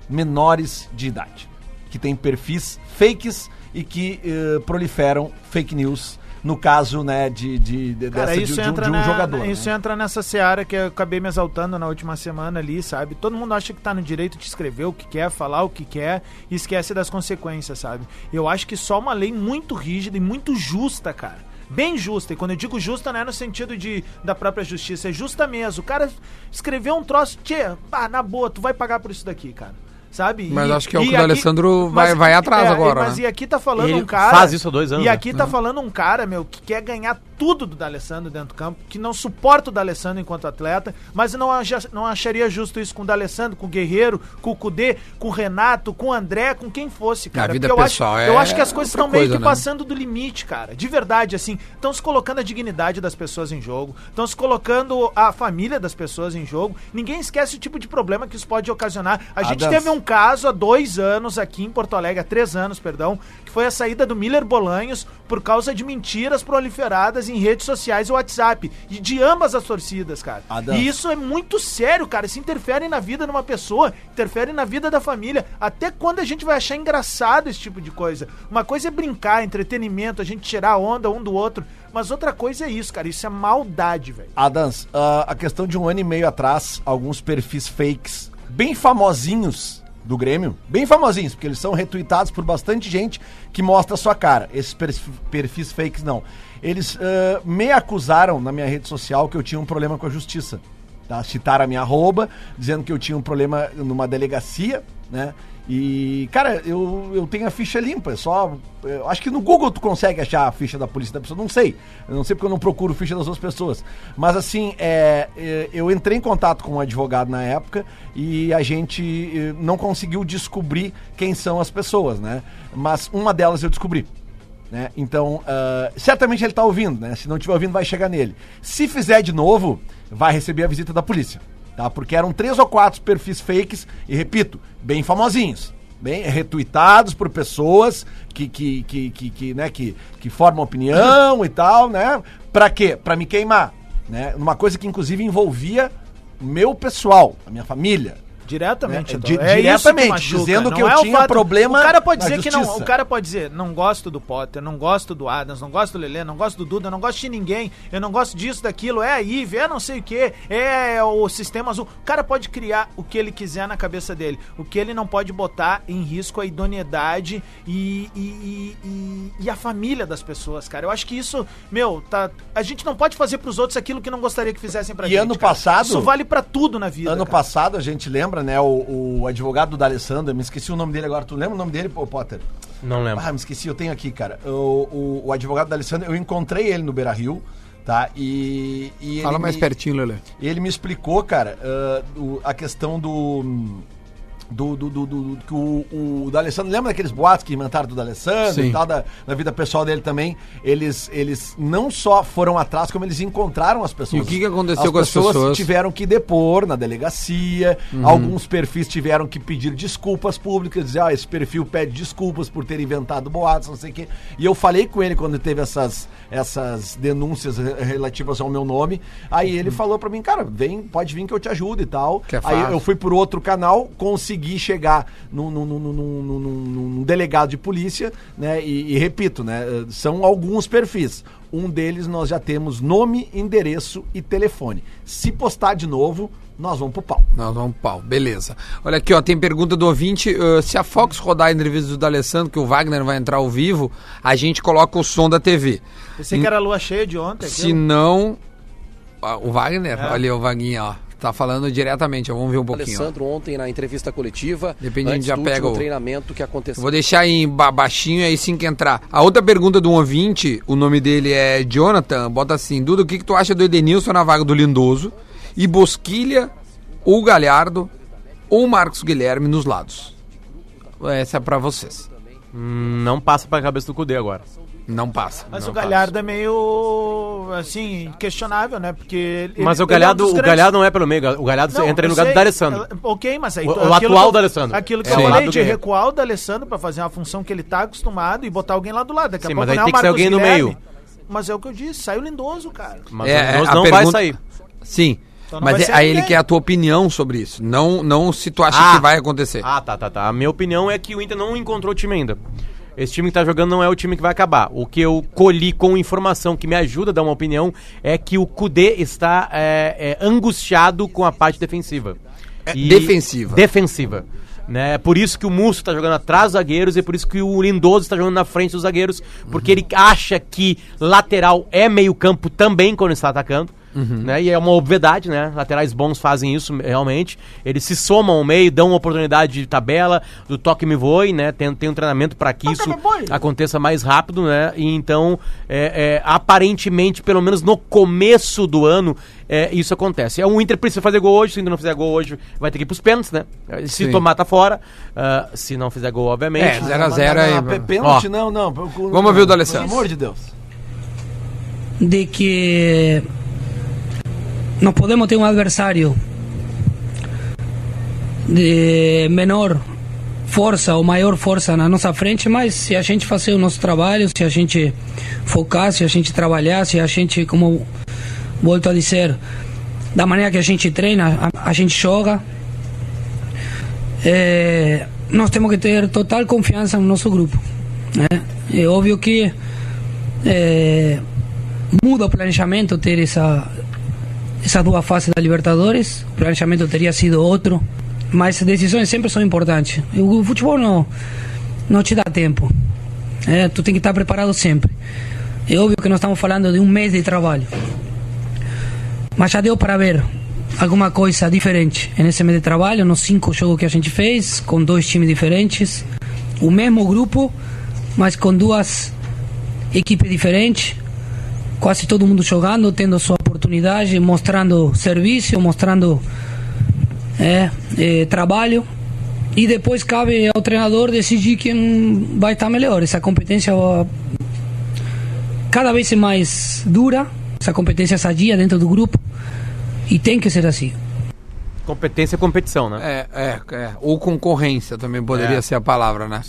Speaker 6: Menores de idade. Que tem perfis fakes e que eh, proliferam fake news. No caso, né, de, de, de-
Speaker 5: Cara,
Speaker 6: dessa de-
Speaker 5: isso
Speaker 6: de, um-
Speaker 5: entra
Speaker 6: de um
Speaker 5: na-
Speaker 6: jogador. né?
Speaker 5: Isso entra nessa seara que eu acabei me exaltando na última semana ali, sabe? Todo mundo acha que tá no direito de escrever o que quer, falar o que quer e esquece das consequências, sabe? Eu acho que só uma lei muito rígida e muito justa, cara. Bem justa, e quando eu digo justa, não é no sentido de, da própria justiça, é justa mesmo. O cara escreveu um troço, tchê, pá, na boa, tu vai pagar por isso daqui, cara. Sabe?
Speaker 2: Mas
Speaker 5: E-
Speaker 2: acho que é o
Speaker 5: e é,
Speaker 2: que o D'Alessandro vai- vai atrás agora,
Speaker 5: Mas
Speaker 2: né?
Speaker 5: e aqui tá falando
Speaker 3: Ele
Speaker 5: um cara.
Speaker 3: faz isso há dois anos,
Speaker 5: E
Speaker 3: né?
Speaker 5: aqui tá falando um cara, meu, que quer ganhar tudo do D'Alessandro dentro do campo, que não suporta o D'Alessandro enquanto atleta, mas não, acha- não acharia justo isso com o D'Alessandro, com o Guerreiro, com o Cudê, com o Renato, com o André, com quem fosse, cara.
Speaker 2: vida
Speaker 5: Porque eu
Speaker 2: pessoal
Speaker 5: acho,
Speaker 2: é
Speaker 5: Eu acho que as coisas
Speaker 2: outra
Speaker 5: estão meio
Speaker 2: coisa,
Speaker 5: que
Speaker 2: né?
Speaker 5: passando do limite, cara. De verdade, assim, estão se colocando a dignidade das pessoas em jogo, estão se colocando a família das pessoas em jogo. Ninguém esquece o tipo de problema que isso pode ocasionar. A gente
Speaker 6: Adams.
Speaker 5: teve um caso há dois anos aqui em Porto Alegre, há três anos, perdão, que foi a saída do Miller Bolanhos por causa de mentiras proliferadas em redes sociais e WhatsApp. E de ambas as torcidas, cara.
Speaker 6: Adams.
Speaker 5: E isso é muito sério, cara. Isso interfere na vida de uma pessoa, interfere na vida da família. Até quando a gente vai achar engraçado esse tipo de coisa? Uma coisa é brincar, entretenimento, a gente tirar onda um do outro. Mas outra coisa é isso, cara. Isso é maldade, velho.
Speaker 6: Adams, ah, a questão de um ano e meio atrás, alguns perfis fakes bem famosinhos do Grêmio, bem famosinhos, porque eles são retweetados por bastante gente que mostra a sua cara. Esses perfis, perfis fakes não. Eles ah, me acusaram na minha rede social que eu tinha um problema com a justiça. Tá? Citaram a minha arroba, dizendo que eu tinha um problema numa delegacia, né? E, cara, eu, eu tenho a ficha limpa, é só. Eu acho que no Google tu consegue achar a ficha da polícia da pessoa, não sei. Eu não sei porque eu não procuro ficha das outras pessoas. Mas assim, é, é, eu entrei em contato com um advogado na época e a gente eh, não conseguiu descobrir quem são as pessoas, né? Mas uma delas eu descobri. Né? Então, ah, certamente ele tá ouvindo, né? Se não estiver ouvindo, vai chegar nele. Se fizer de novo, vai receber a visita da polícia, tá? Porque eram três ou quatro perfis fakes, e repito, bem famosinhos. Bem retuitados por pessoas que, que, que, que, que, né, que, que formam opinião e tal, né? Pra quê? Pra me queimar, né? Uma coisa que, inclusive, envolvia o meu pessoal, a minha família,
Speaker 5: Diretamente,
Speaker 6: É,
Speaker 5: então.
Speaker 6: di-
Speaker 5: isso que
Speaker 6: diretamente,
Speaker 5: machuca,
Speaker 6: dizendo
Speaker 5: não é
Speaker 6: que eu
Speaker 5: o
Speaker 6: tinha
Speaker 5: fato-
Speaker 6: problema
Speaker 5: O cara pode
Speaker 6: na
Speaker 5: dizer que não.
Speaker 6: justiça.
Speaker 5: O cara pode dizer, não gosto do Potter, não gosto do Adams, não gosto do Lelê, não gosto do Duda, não gosto de ninguém, eu não gosto disso, daquilo, é a IVE, é não sei o que, é o sistema azul. O cara pode criar o que ele quiser na cabeça dele. O que ele não pode botar em risco a idoneidade e, e, e- e- e a família das pessoas, cara. Eu acho que isso, meu, tá. A gente não pode fazer pros outros aquilo que não gostaria que fizessem pra
Speaker 6: E
Speaker 5: gente.
Speaker 6: ano
Speaker 5: cara.
Speaker 6: passado-
Speaker 5: Isso vale pra tudo na vida.
Speaker 6: Ano
Speaker 5: cara.
Speaker 6: passado, a gente lembra, palavra, né? O, o advogado do D'Alessandro, me esqueci o nome dele agora. Tu lembra o nome dele, pô, Potter?
Speaker 3: Não
Speaker 2: É.
Speaker 3: lembro.
Speaker 6: Ah, me esqueci, eu tenho aqui, cara. O, o, o advogado da Alessandra, eu encontrei ele no Beira Rio, tá? E. e
Speaker 2: Fala
Speaker 6: ele
Speaker 2: mais
Speaker 6: me,
Speaker 2: pertinho, Lelê.
Speaker 6: E ele me explicou, cara, ah, o- a questão do. Do, do, do, do- do- que o, o D'Alessandro, lembra daqueles boatos que inventaram do D'Alessandro
Speaker 2: Sim.
Speaker 6: e tal, da, da vida pessoal dele também? Eles, eles não só foram atrás, como eles encontraram as pessoas.
Speaker 2: E o que que aconteceu com as pessoas?
Speaker 6: tiveram que depor na delegacia,
Speaker 2: Uhum.
Speaker 6: alguns perfis tiveram que pedir desculpas públicas, dizer, ah, esse perfil pede desculpas por ter inventado boatos, não sei o quê. E eu falei com ele quando teve essas, essas denúncias re- relativas ao meu nome. Aí ele falou pra mim, cara, vem, pode vir que eu te ajudo e tal.
Speaker 2: Uhum. Que é
Speaker 6: Aí
Speaker 2: fácil.
Speaker 6: eu fui por outro canal, consegui chegar num, num- num- num- num- num- num delegado de polícia, né? E, e repito, né? eh, São alguns perfis. Um deles nós já temos nome, endereço e telefone. Se postar de novo, nós vamos pro pau.
Speaker 2: Nós vamos pro um pau, beleza. Olha aqui, ó, tem pergunta do ouvinte. eh, se a Fox rodar a entrevista do D'Alessandro, que o Wagner vai entrar ao vivo, a gente coloca o som da TV.
Speaker 5: Pensei que era a lua cheia de ontem.
Speaker 2: Se
Speaker 5: aquilo.
Speaker 2: não. ó, O Wagner, olha o Vaguinha, ó. Tá falando diretamente, ó, vamos ver um pouquinho. ó.
Speaker 7: Alessandro ontem na entrevista coletiva.
Speaker 2: Depende, a gente
Speaker 7: antes
Speaker 2: já
Speaker 7: do
Speaker 2: pega
Speaker 7: último
Speaker 2: o-
Speaker 7: treinamento que aconteceu.
Speaker 2: Vou deixar em ba- baixinho aí sim que entrar. A outra pergunta do um ouvinte, o nome dele é Jonathan, bota assim: Duda, o que, que tu acha do Edenilson na vaga do Lindoso? E Bosquilha, ou Galhardo, ou Marcos Guilherme nos lados? Essa é pra vocês.
Speaker 3: Hum, Não passa pra cabeça do Cudê agora.
Speaker 2: Não passa.
Speaker 5: Mas
Speaker 3: Não
Speaker 5: o Galhardo é meio, assim, questionável, né? Porque ele-
Speaker 3: Mas
Speaker 5: ele-
Speaker 3: o Galhardo,
Speaker 5: ele é um dos
Speaker 3: o
Speaker 5: grandes-
Speaker 3: Galhardo não é pelo meio, o Galhardo
Speaker 5: Não,
Speaker 3: entra
Speaker 5: eu
Speaker 3: no lugar
Speaker 5: sei.
Speaker 3: do D'Alessandro.
Speaker 5: Eh, Ok, mas aí...
Speaker 3: O- o
Speaker 5: aquilo
Speaker 3: atual
Speaker 5: que eu-
Speaker 3: D'Alessandro.
Speaker 5: Aquilo que
Speaker 3: É,
Speaker 5: eu
Speaker 3: o lado
Speaker 5: falei
Speaker 3: do
Speaker 5: de
Speaker 3: Guerreiro.
Speaker 5: recuar o D'Alessandro pra fazer uma função que ele tá acostumado e botar alguém lá do lado. Daqui a
Speaker 3: Sim,
Speaker 5: pouco
Speaker 3: mas aí
Speaker 5: não é
Speaker 3: tem
Speaker 5: o
Speaker 3: que ser
Speaker 5: Marcos
Speaker 3: alguém no
Speaker 5: Guilherme.
Speaker 3: meio.
Speaker 5: Mas é o que eu disse, saiu lindoso, cara.
Speaker 3: Mas
Speaker 2: É,
Speaker 3: o Lindoso
Speaker 2: a
Speaker 3: não vai
Speaker 2: pergunta-
Speaker 3: sair.
Speaker 2: Sim.
Speaker 5: Então não vai
Speaker 2: Mas é-
Speaker 5: ser
Speaker 2: aí ele
Speaker 5: ninguém.
Speaker 2: quer a tua opinião sobre isso. Não, não se tu acha
Speaker 3: Ah.
Speaker 2: que vai acontecer.
Speaker 3: Ah, tá, tá, tá. A minha opinião é que o Inter não encontrou o time ainda. Esse time que tá jogando não é o time que vai acabar. O que eu colhi com informação que me ajuda a dar uma opinião é que o Kudê está é, é, angustiado com a parte defensiva. E-
Speaker 2: defensiva.
Speaker 3: Defensiva. Né? É Por isso que o Musso tá jogando atrás dos zagueiros e por isso que o Lindoso está jogando na frente dos zagueiros, porque ele acha que lateral é meio-campo também quando está atacando. Né? E é uma obviedade, né? Laterais bons fazem isso realmente. Eles se somam ao meio, dão uma oportunidade de tabela, do toque me voe, né? Tem, tem um treinamento para que isso aconteça mais rápido, né? E então, é, é, aparentemente, pelo menos no começo do ano, é, isso acontece. É, O Inter precisa fazer gol hoje, se o Inter não fizer gol hoje, vai ter que ir pros pênaltis, né? Se
Speaker 2: Sim.
Speaker 3: tomar, tá fora. Ah, se não fizer gol,
Speaker 2: É,
Speaker 3: obviamente. né?
Speaker 2: 0x0 aí.
Speaker 6: Não,
Speaker 2: mano.
Speaker 6: pe- pênalti,
Speaker 2: Ó,
Speaker 6: não, não.
Speaker 2: Vamos ver o D'Alessandro.
Speaker 6: Pelo amor de Deus.
Speaker 8: de que nos podemos tener un adversario de menor força ou maior força na nossa frente, mas se a gente fazer o nosso trabalho, se a gente focar, se a gente trabalhar, se a gente, como volto a dizer, da maneira que a gente treina, a, a gente joga, eh, nós temos que ter total confiança no nosso grupo. Né? É óbvio que eh, muda o planejamento ter essa, essas duas fases da Libertadores. O planejamento teria sido outro. Mas decisões sempre são importantes. O futebol não, não te dá tempo. É, tu tem que estar preparado sempre. É óbvio que nós estamos falando de um mês de trabalho. Mas já deu para ver alguma coisa diferente nesse mês de trabalho, nos cinco jogos que a gente fez, com dois times diferentes, o mesmo grupo, mas com duas equipes diferentes quase todo mundo jogando, tendo sua oportunidade, mostrando serviço, mostrando é, é, trabalho. E depois cabe ao treinador decidir quem vai estar melhor. Essa competência ó, cada vez é mais dura, essa competência sadia dentro do grupo. E tem que ser assim.
Speaker 3: Competência é competição, né?
Speaker 2: É, é, é, ou concorrência também poderia ser a palavra, né?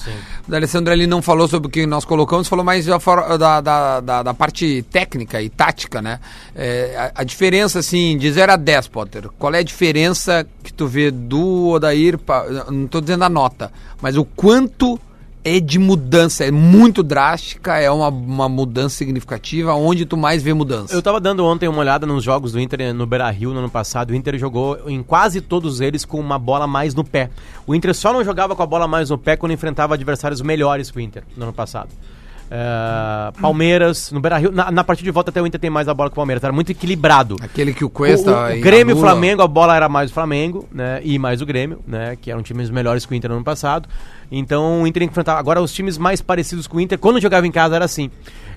Speaker 2: O D'Alessandro ele não falou sobre o que nós colocamos, falou mais da, for- da, da, da- da parte técnica e tática, né? É, a, a diferença, assim, de 0 a 10, Potter, qual é a diferença que tu vê do Odair, pa- não tô dizendo a nota, mas o quanto é de mudança, é muito drástica, é uma, uma mudança significativa, onde tu mais vê mudança?
Speaker 3: Eu tava dando ontem uma olhada nos jogos do Inter no Beira-Rio no ano passado. O Inter jogou em quase todos eles com uma bola mais no pé. O Inter só não jogava com a bola mais no pé quando enfrentava adversários melhores que o Inter no ano passado. eh, Palmeiras, no Beira-Rio. Na, na partida de volta até o Inter tem mais a bola que o Palmeiras. Era muito equilibrado.
Speaker 2: Aquele que o
Speaker 3: O,
Speaker 2: Cuesta.
Speaker 3: o- o
Speaker 2: aí
Speaker 3: Grêmio e o
Speaker 2: anula.
Speaker 3: Flamengo, a bola era mais o Flamengo, né? E mais o Grêmio, né? Que eram times melhores que o Inter no ano passado. Então o Inter enfrentava. Agora, os times mais parecidos com o Inter, quando jogava em casa, era assim.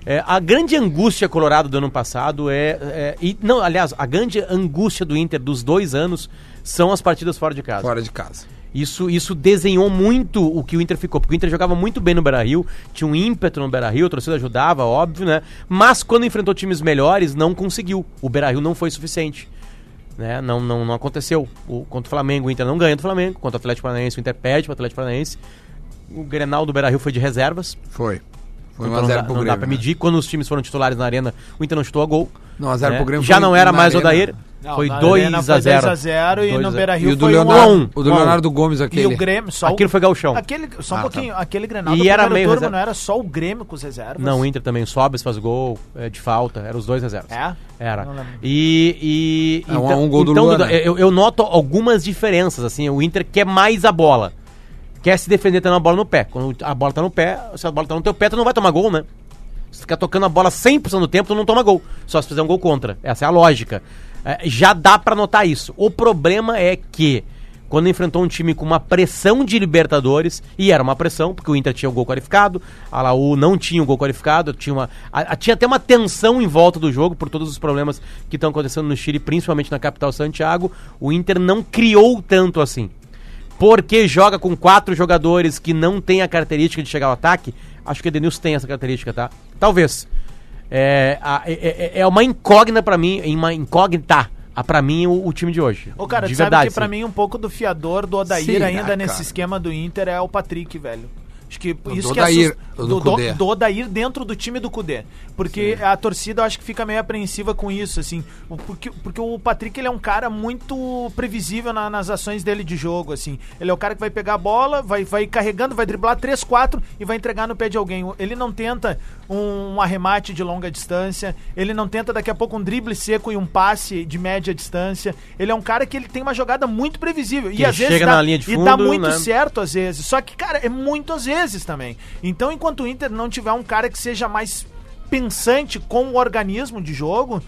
Speaker 3: É, a grande angústia colorada do ano passado é, é- e, Não, aliás, a grande angústia do Inter dos dois anos são as partidas fora de casa.
Speaker 2: Fora de casa.
Speaker 3: Isso, isso desenhou muito o que o Inter ficou, porque o Inter jogava muito bem no Beira-Rio, tinha um ímpeto no Beira-Rio, a torcida ajudava, óbvio, né? Mas quando enfrentou times melhores, não conseguiu. O Beira-Rio não foi suficiente. Né? Não, não, não aconteceu. O, contra o Flamengo, o Inter não ganha do Flamengo. Contra o Atlético Paranaense, o Inter perde para o Atlético Paranaense. O Grenal do Beira-Rio foi de reservas.
Speaker 2: Foi. Foi
Speaker 3: Então
Speaker 2: 1 a
Speaker 3: não
Speaker 2: 0
Speaker 3: dá,
Speaker 2: pro
Speaker 3: não
Speaker 2: Grêmio. né?
Speaker 3: dá pra medir. Quando os times foram titulares na arena, o Inter não chutou a gol.
Speaker 2: Não, Um a zero
Speaker 3: né?
Speaker 2: pro Grêmio
Speaker 3: Já
Speaker 2: foi
Speaker 3: não era
Speaker 2: na
Speaker 3: mais o
Speaker 2: arena.
Speaker 3: Odair.
Speaker 5: Não,
Speaker 3: Foi
Speaker 5: na
Speaker 3: 2
Speaker 5: arena
Speaker 3: a
Speaker 5: foi
Speaker 3: 0
Speaker 5: 2x0 e
Speaker 3: Dois
Speaker 5: no
Speaker 3: a-
Speaker 5: Beira
Speaker 2: E
Speaker 5: Rio
Speaker 2: o do
Speaker 5: foi 1
Speaker 2: Leonardo,
Speaker 3: um.
Speaker 2: Hum. o do
Speaker 3: Um a um.
Speaker 2: Leonardo Gomes
Speaker 5: E
Speaker 2: aquele.
Speaker 5: o Grêmio, só um-
Speaker 3: Aquilo
Speaker 5: o...
Speaker 3: foi gauchão.
Speaker 5: Aquele, só
Speaker 2: Ah,
Speaker 5: um
Speaker 2: tá.
Speaker 5: pouquinho, aquele Grenal
Speaker 3: E
Speaker 5: do
Speaker 3: era
Speaker 5: primeiro
Speaker 3: meio
Speaker 5: turno
Speaker 3: reserva.
Speaker 5: não era só o Grêmio com os reservas?
Speaker 3: Não, o Inter também. O Sobes faz gol é, de falta. Era os dois a zero.
Speaker 5: É?
Speaker 3: Era.
Speaker 5: Não lembro.
Speaker 3: E. e
Speaker 2: É, um a um gol do Luan,
Speaker 3: Duda,
Speaker 2: né?
Speaker 3: eu, eu noto algumas diferenças. Assim, o Inter quer mais a bola. Quer se defender tendo a bola no pé. Quando a bola tá no pé, se a bola tá no teu pé, tu não vai tomar gol, né? Se tu ficar tocando a bola 100% do tempo, tu não toma gol. Só se fizer um gol contra. Essa é a lógica. É, já dá pra notar isso. O problema é que quando enfrentou um time com uma pressão de Libertadores, e era uma pressão, porque o Inter tinha o gol qualificado, a Laú não tinha o gol qualificado, tinha, uma, a- a- tinha até uma tensão em volta do jogo por todos os problemas que estão acontecendo no Chile, principalmente na capital Santiago, o Inter não criou tanto assim. Porque joga com quatro jogadores que não tem a característica de chegar ao ataque, acho que o Edenilson tem essa característica, tá? Talvez. É, a- é, é- é uma incógnita pra mim, uma incógnita a, pra mim o, o time de hoje.
Speaker 5: Ô, cara,
Speaker 3: de
Speaker 5: tu sabe que
Speaker 3: sim. ah,
Speaker 5: pra mim um pouco do fiador do Odair
Speaker 2: Será,
Speaker 5: ainda nesse
Speaker 2: cara?
Speaker 5: esquema do Inter é o Patrick, velho. Acho que isso
Speaker 2: do
Speaker 5: que assusta-
Speaker 2: Odair, do
Speaker 5: do,
Speaker 2: Kudê.
Speaker 5: do, do Odair dentro do time do Cudê. Porque a torcida eu acho que fica meio apreensiva com isso, assim. O- Porque, porque o Patrick ele é um cara muito previsível na- nas ações dele de jogo, assim. Ele é o cara que vai pegar a bola, vai, vai carregando, vai driblar 3, 4 e vai entregar no pé de alguém. Ele não tenta um arremate de longa distância, ele não tenta daqui a pouco um drible seco e um passe de média distância. Ele é um cara que ele tem uma jogada muito previsível. e
Speaker 3: ele
Speaker 5: às vezes
Speaker 3: chega
Speaker 5: dá,
Speaker 3: na linha de
Speaker 5: e dá
Speaker 3: fundo,
Speaker 5: muito
Speaker 3: né?
Speaker 5: certo certo às vezes. Só que, cara, é muito às vezes também. Então, enquanto o Inter não tiver um cara que seja mais pensante com o organismo de jogo,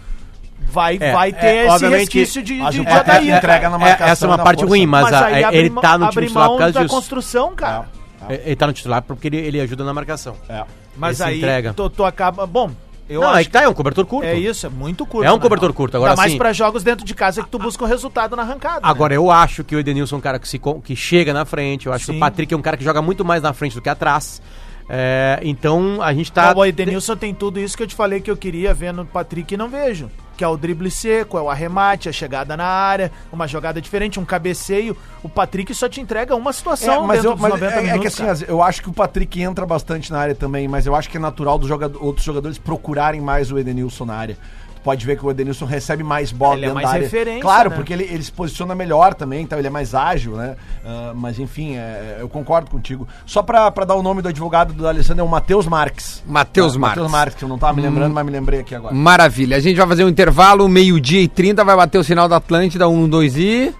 Speaker 5: vai,
Speaker 3: É,
Speaker 5: vai
Speaker 3: é,
Speaker 5: ter esse
Speaker 3: obviamente,
Speaker 5: resquiscio de, de,
Speaker 6: acho
Speaker 5: de
Speaker 6: que o Patrick
Speaker 5: Odair,
Speaker 6: entrega
Speaker 5: cara.
Speaker 6: na marcação
Speaker 3: É, essa é uma
Speaker 6: e na
Speaker 3: parte
Speaker 6: força.
Speaker 3: ruim, mas, a- é-
Speaker 5: abre
Speaker 3: ele
Speaker 5: mão-
Speaker 3: tá no time
Speaker 5: abre
Speaker 3: titular por
Speaker 5: mão
Speaker 3: causa
Speaker 5: da
Speaker 3: disso.
Speaker 5: construção, cara.
Speaker 3: É, Ele tá no titular porque ele, ele ajuda na marcação.
Speaker 6: É.
Speaker 5: Mas
Speaker 3: Esse
Speaker 5: aí
Speaker 3: entrega.
Speaker 5: Tu, tu acaba... Bom, eu
Speaker 3: não, é
Speaker 5: acho
Speaker 3: que tá, é um cobertor curto.
Speaker 5: que é isso, é muito curto.
Speaker 3: É um
Speaker 5: né?
Speaker 3: cobertor curto, agora
Speaker 5: Ainda mais
Speaker 3: sim.
Speaker 5: pra jogos dentro de casa que tu busca o resultado na arrancada. né?
Speaker 3: Agora, eu acho que o Edenilson é um cara que, se, con- que chega na frente. Eu acho que
Speaker 5: Sim.
Speaker 3: o Patrick é um cara que joga muito mais na frente do que atrás. É, então, a gente tá.
Speaker 5: Tá, o Edenilson tem tudo isso que eu te falei que eu queria ver no Patrick e não vejo. Que é o drible seco, é o arremate, a chegada na área, uma jogada diferente, um cabeceio. O Patrick só te entrega uma
Speaker 6: É,
Speaker 5: situação
Speaker 6: mas
Speaker 5: dentro
Speaker 6: eu,
Speaker 5: dos
Speaker 6: mas
Speaker 5: 90
Speaker 6: é, é
Speaker 5: minutos.
Speaker 6: que assim,
Speaker 5: cara.
Speaker 6: as- eu acho que o Patrick entra bastante na área também, mas eu acho que é natural dos jogadores, outros jogadores procurarem mais o Edenilson na área. Tu Pode ver que o Edenilson recebe mais bola
Speaker 5: Ele é
Speaker 6: dentro
Speaker 5: mais
Speaker 6: da área.
Speaker 5: referência,
Speaker 6: claro,
Speaker 5: né?
Speaker 6: porque ele, ele se posiciona melhor também, então ele é mais ágil, né? Ah, mas enfim, é, eu concordo contigo. Só pra, pra dar o nome do advogado do Alessandro, é o Matheus Marques.
Speaker 2: Matheus
Speaker 6: É,
Speaker 2: Marques. Hum.
Speaker 6: Marques, que eu não tava me lembrando, mas me lembrei aqui
Speaker 5: Hum.
Speaker 6: agora.
Speaker 2: Maravilha. A gente vai fazer um intervalo, meio-dia e 30, vai bater o sinal da Atlântida, 1, 2 e.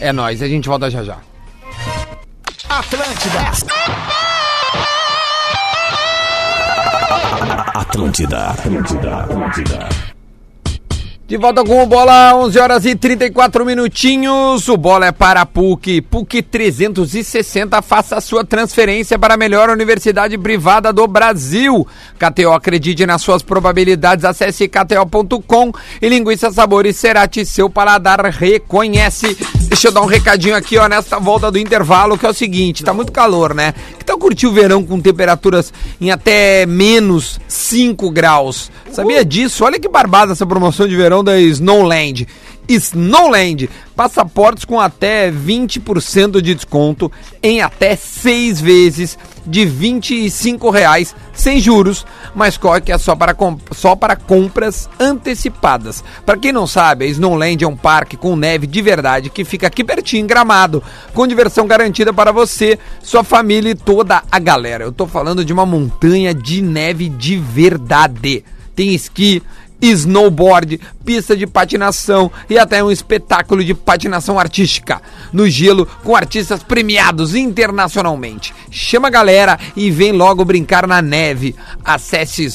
Speaker 2: É nóis, a gente volta já já.
Speaker 1: Atlântida, Atlântida, Atlântida.
Speaker 2: De volta com o Bola, 11 horas e 34 minutinhos. O Bola é para a PUC. PUC 360, faça a sua transferência para a melhor universidade privada do Brasil. KTO, acredite nas suas probabilidades. Acesse kto.com e Linguiça Sabores Cerati, seu paladar reconhece. Deixa eu dar um recadinho aqui, ó, nessa volta do intervalo, que é o seguinte, tá muito calor, né? Que tal curtir o verão com temperaturas em até menos 5 graus? Sabia disso? Olha que barbada essa promoção de verão da Snowland. Snowland, passaportes com até 20% de desconto em até 6 vezes de R$ 25 reais sem juros, mas corre que é só para, com- só para compras antecipadas. Para quem não sabe, a Snowland é um parque com neve de verdade que fica aqui pertinho, em Gramado, com diversão garantida para você, sua família e toda a galera. Eu tô falando de uma montanha de neve de verdade. Tem esqui, snowboard, pista de patinação e até um espetáculo de patinação artística no gelo com artistas premiados internacionalmente. Chama a galera e vem logo brincar na neve. Acesse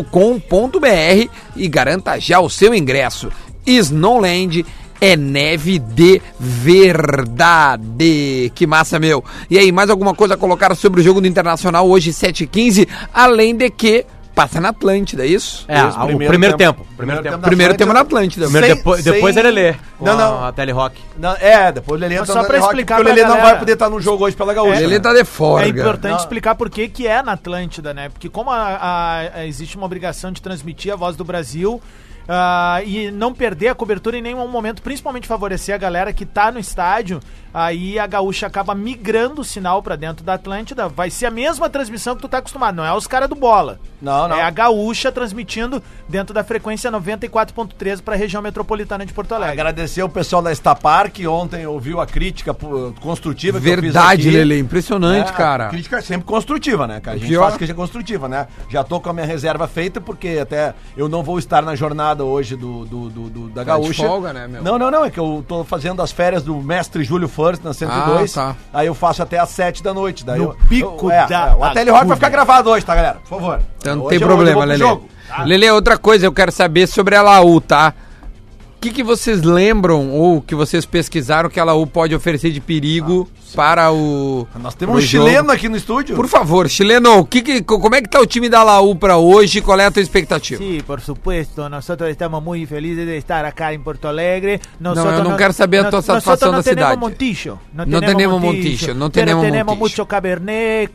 Speaker 2: snowland.com.br e garanta já o seu ingresso. Snowland é neve de verdade. Que massa, meu. E aí, mais alguma coisa a colocar sobre o jogo do Internacional hoje, 7h15? Além de que passa na Atlântida, é isso?
Speaker 3: É, o primeiro, tempo. Primeiro tempo.
Speaker 2: Primeiro tempo na Atlântida.
Speaker 3: Primeiro
Speaker 6: Sem-
Speaker 3: depois, depois
Speaker 6: sem-
Speaker 3: era Lelê. com
Speaker 6: Não, não.
Speaker 3: A, a Telerock.
Speaker 6: Não, é, depois o Lelê entra
Speaker 5: só
Speaker 6: na
Speaker 5: pra
Speaker 6: rock,
Speaker 5: explicar
Speaker 6: porque o
Speaker 5: pra
Speaker 6: Lelê não
Speaker 5: galera-
Speaker 6: vai poder estar no jogo hoje pela Gaúcha.
Speaker 2: Ele
Speaker 6: né?
Speaker 2: tá de
Speaker 5: É
Speaker 2: fora.
Speaker 5: importante explicar por que, que é na Atlântida, né? Porque como a- a- a- existe uma obrigação de transmitir a voz do Brasil ah, e não perder a cobertura em nenhum momento, principalmente favorecer a galera que tá no estádio, aí a gaúcha acaba migrando o sinal pra dentro da Atlântida. Vai ser a mesma transmissão que tu tá acostumado, não é os caras do bola.
Speaker 6: Não, não.
Speaker 5: É a gaúcha transmitindo dentro da frequência 94.3 pra região metropolitana de Porto Alegre.
Speaker 6: Agradecer o pessoal da Estapar, que ontem ouviu a crítica pô, construtiva que
Speaker 2: Verdade,
Speaker 6: eu fiz aqui.
Speaker 2: Lele. Impressionante,
Speaker 6: É, a
Speaker 2: cara.
Speaker 6: Crítica é sempre construtiva, né? cara? A gente
Speaker 2: Pior.
Speaker 6: faz crítica construtiva, né? Já tô com a minha reserva feita, porque até eu não vou estar na jornada hoje do, do- do- do- da
Speaker 2: Tá de
Speaker 6: Gaúcha.
Speaker 2: folga, né, meu?
Speaker 6: Não, não, não. É que eu tô fazendo as férias do mestre Júlio First na 102.
Speaker 2: Ah, tá.
Speaker 6: Aí eu faço até às 7 da noite. Daí
Speaker 5: No
Speaker 6: eu,
Speaker 5: pico
Speaker 6: eu, é,
Speaker 5: da
Speaker 6: é, O Ateli Rock vai
Speaker 5: agulha.
Speaker 6: ficar gravado hoje, tá, galera? Por favor.
Speaker 2: Então não
Speaker 6: Hoje
Speaker 2: tem
Speaker 6: eu- hoje eu
Speaker 2: problema,
Speaker 6: vou pro
Speaker 2: Lele.
Speaker 6: jogo. tá?
Speaker 2: Lele, outra coisa eu quero saber sobre a Laú, tá? O que, que vocês lembram ou que vocês pesquisaram que a Laú pode oferecer de perigo para o.
Speaker 6: Ah, Nós temos um
Speaker 2: pro jogo?
Speaker 6: chileno aqui no estúdio.
Speaker 2: Por favor, chileno, o que que- co- como é que tá o time da Laú pra hoje? Qual é a tua expectativa?
Speaker 5: Sí, por supuesto, nosotros estamos muy felices de estar acá en Porto Alegre. Nosotros
Speaker 2: No, yo no quiero saber tu satisfacción
Speaker 5: nosotros no
Speaker 2: de
Speaker 5: tenemos
Speaker 2: ciudad.
Speaker 5: Montillo,
Speaker 2: No
Speaker 5: no,
Speaker 2: tenemos
Speaker 5: tenemos Montillo,
Speaker 2: Montillo, no
Speaker 5: pero
Speaker 2: tenemos
Speaker 5: tenemos
Speaker 2: Montillo.
Speaker 5: mucho Cabernet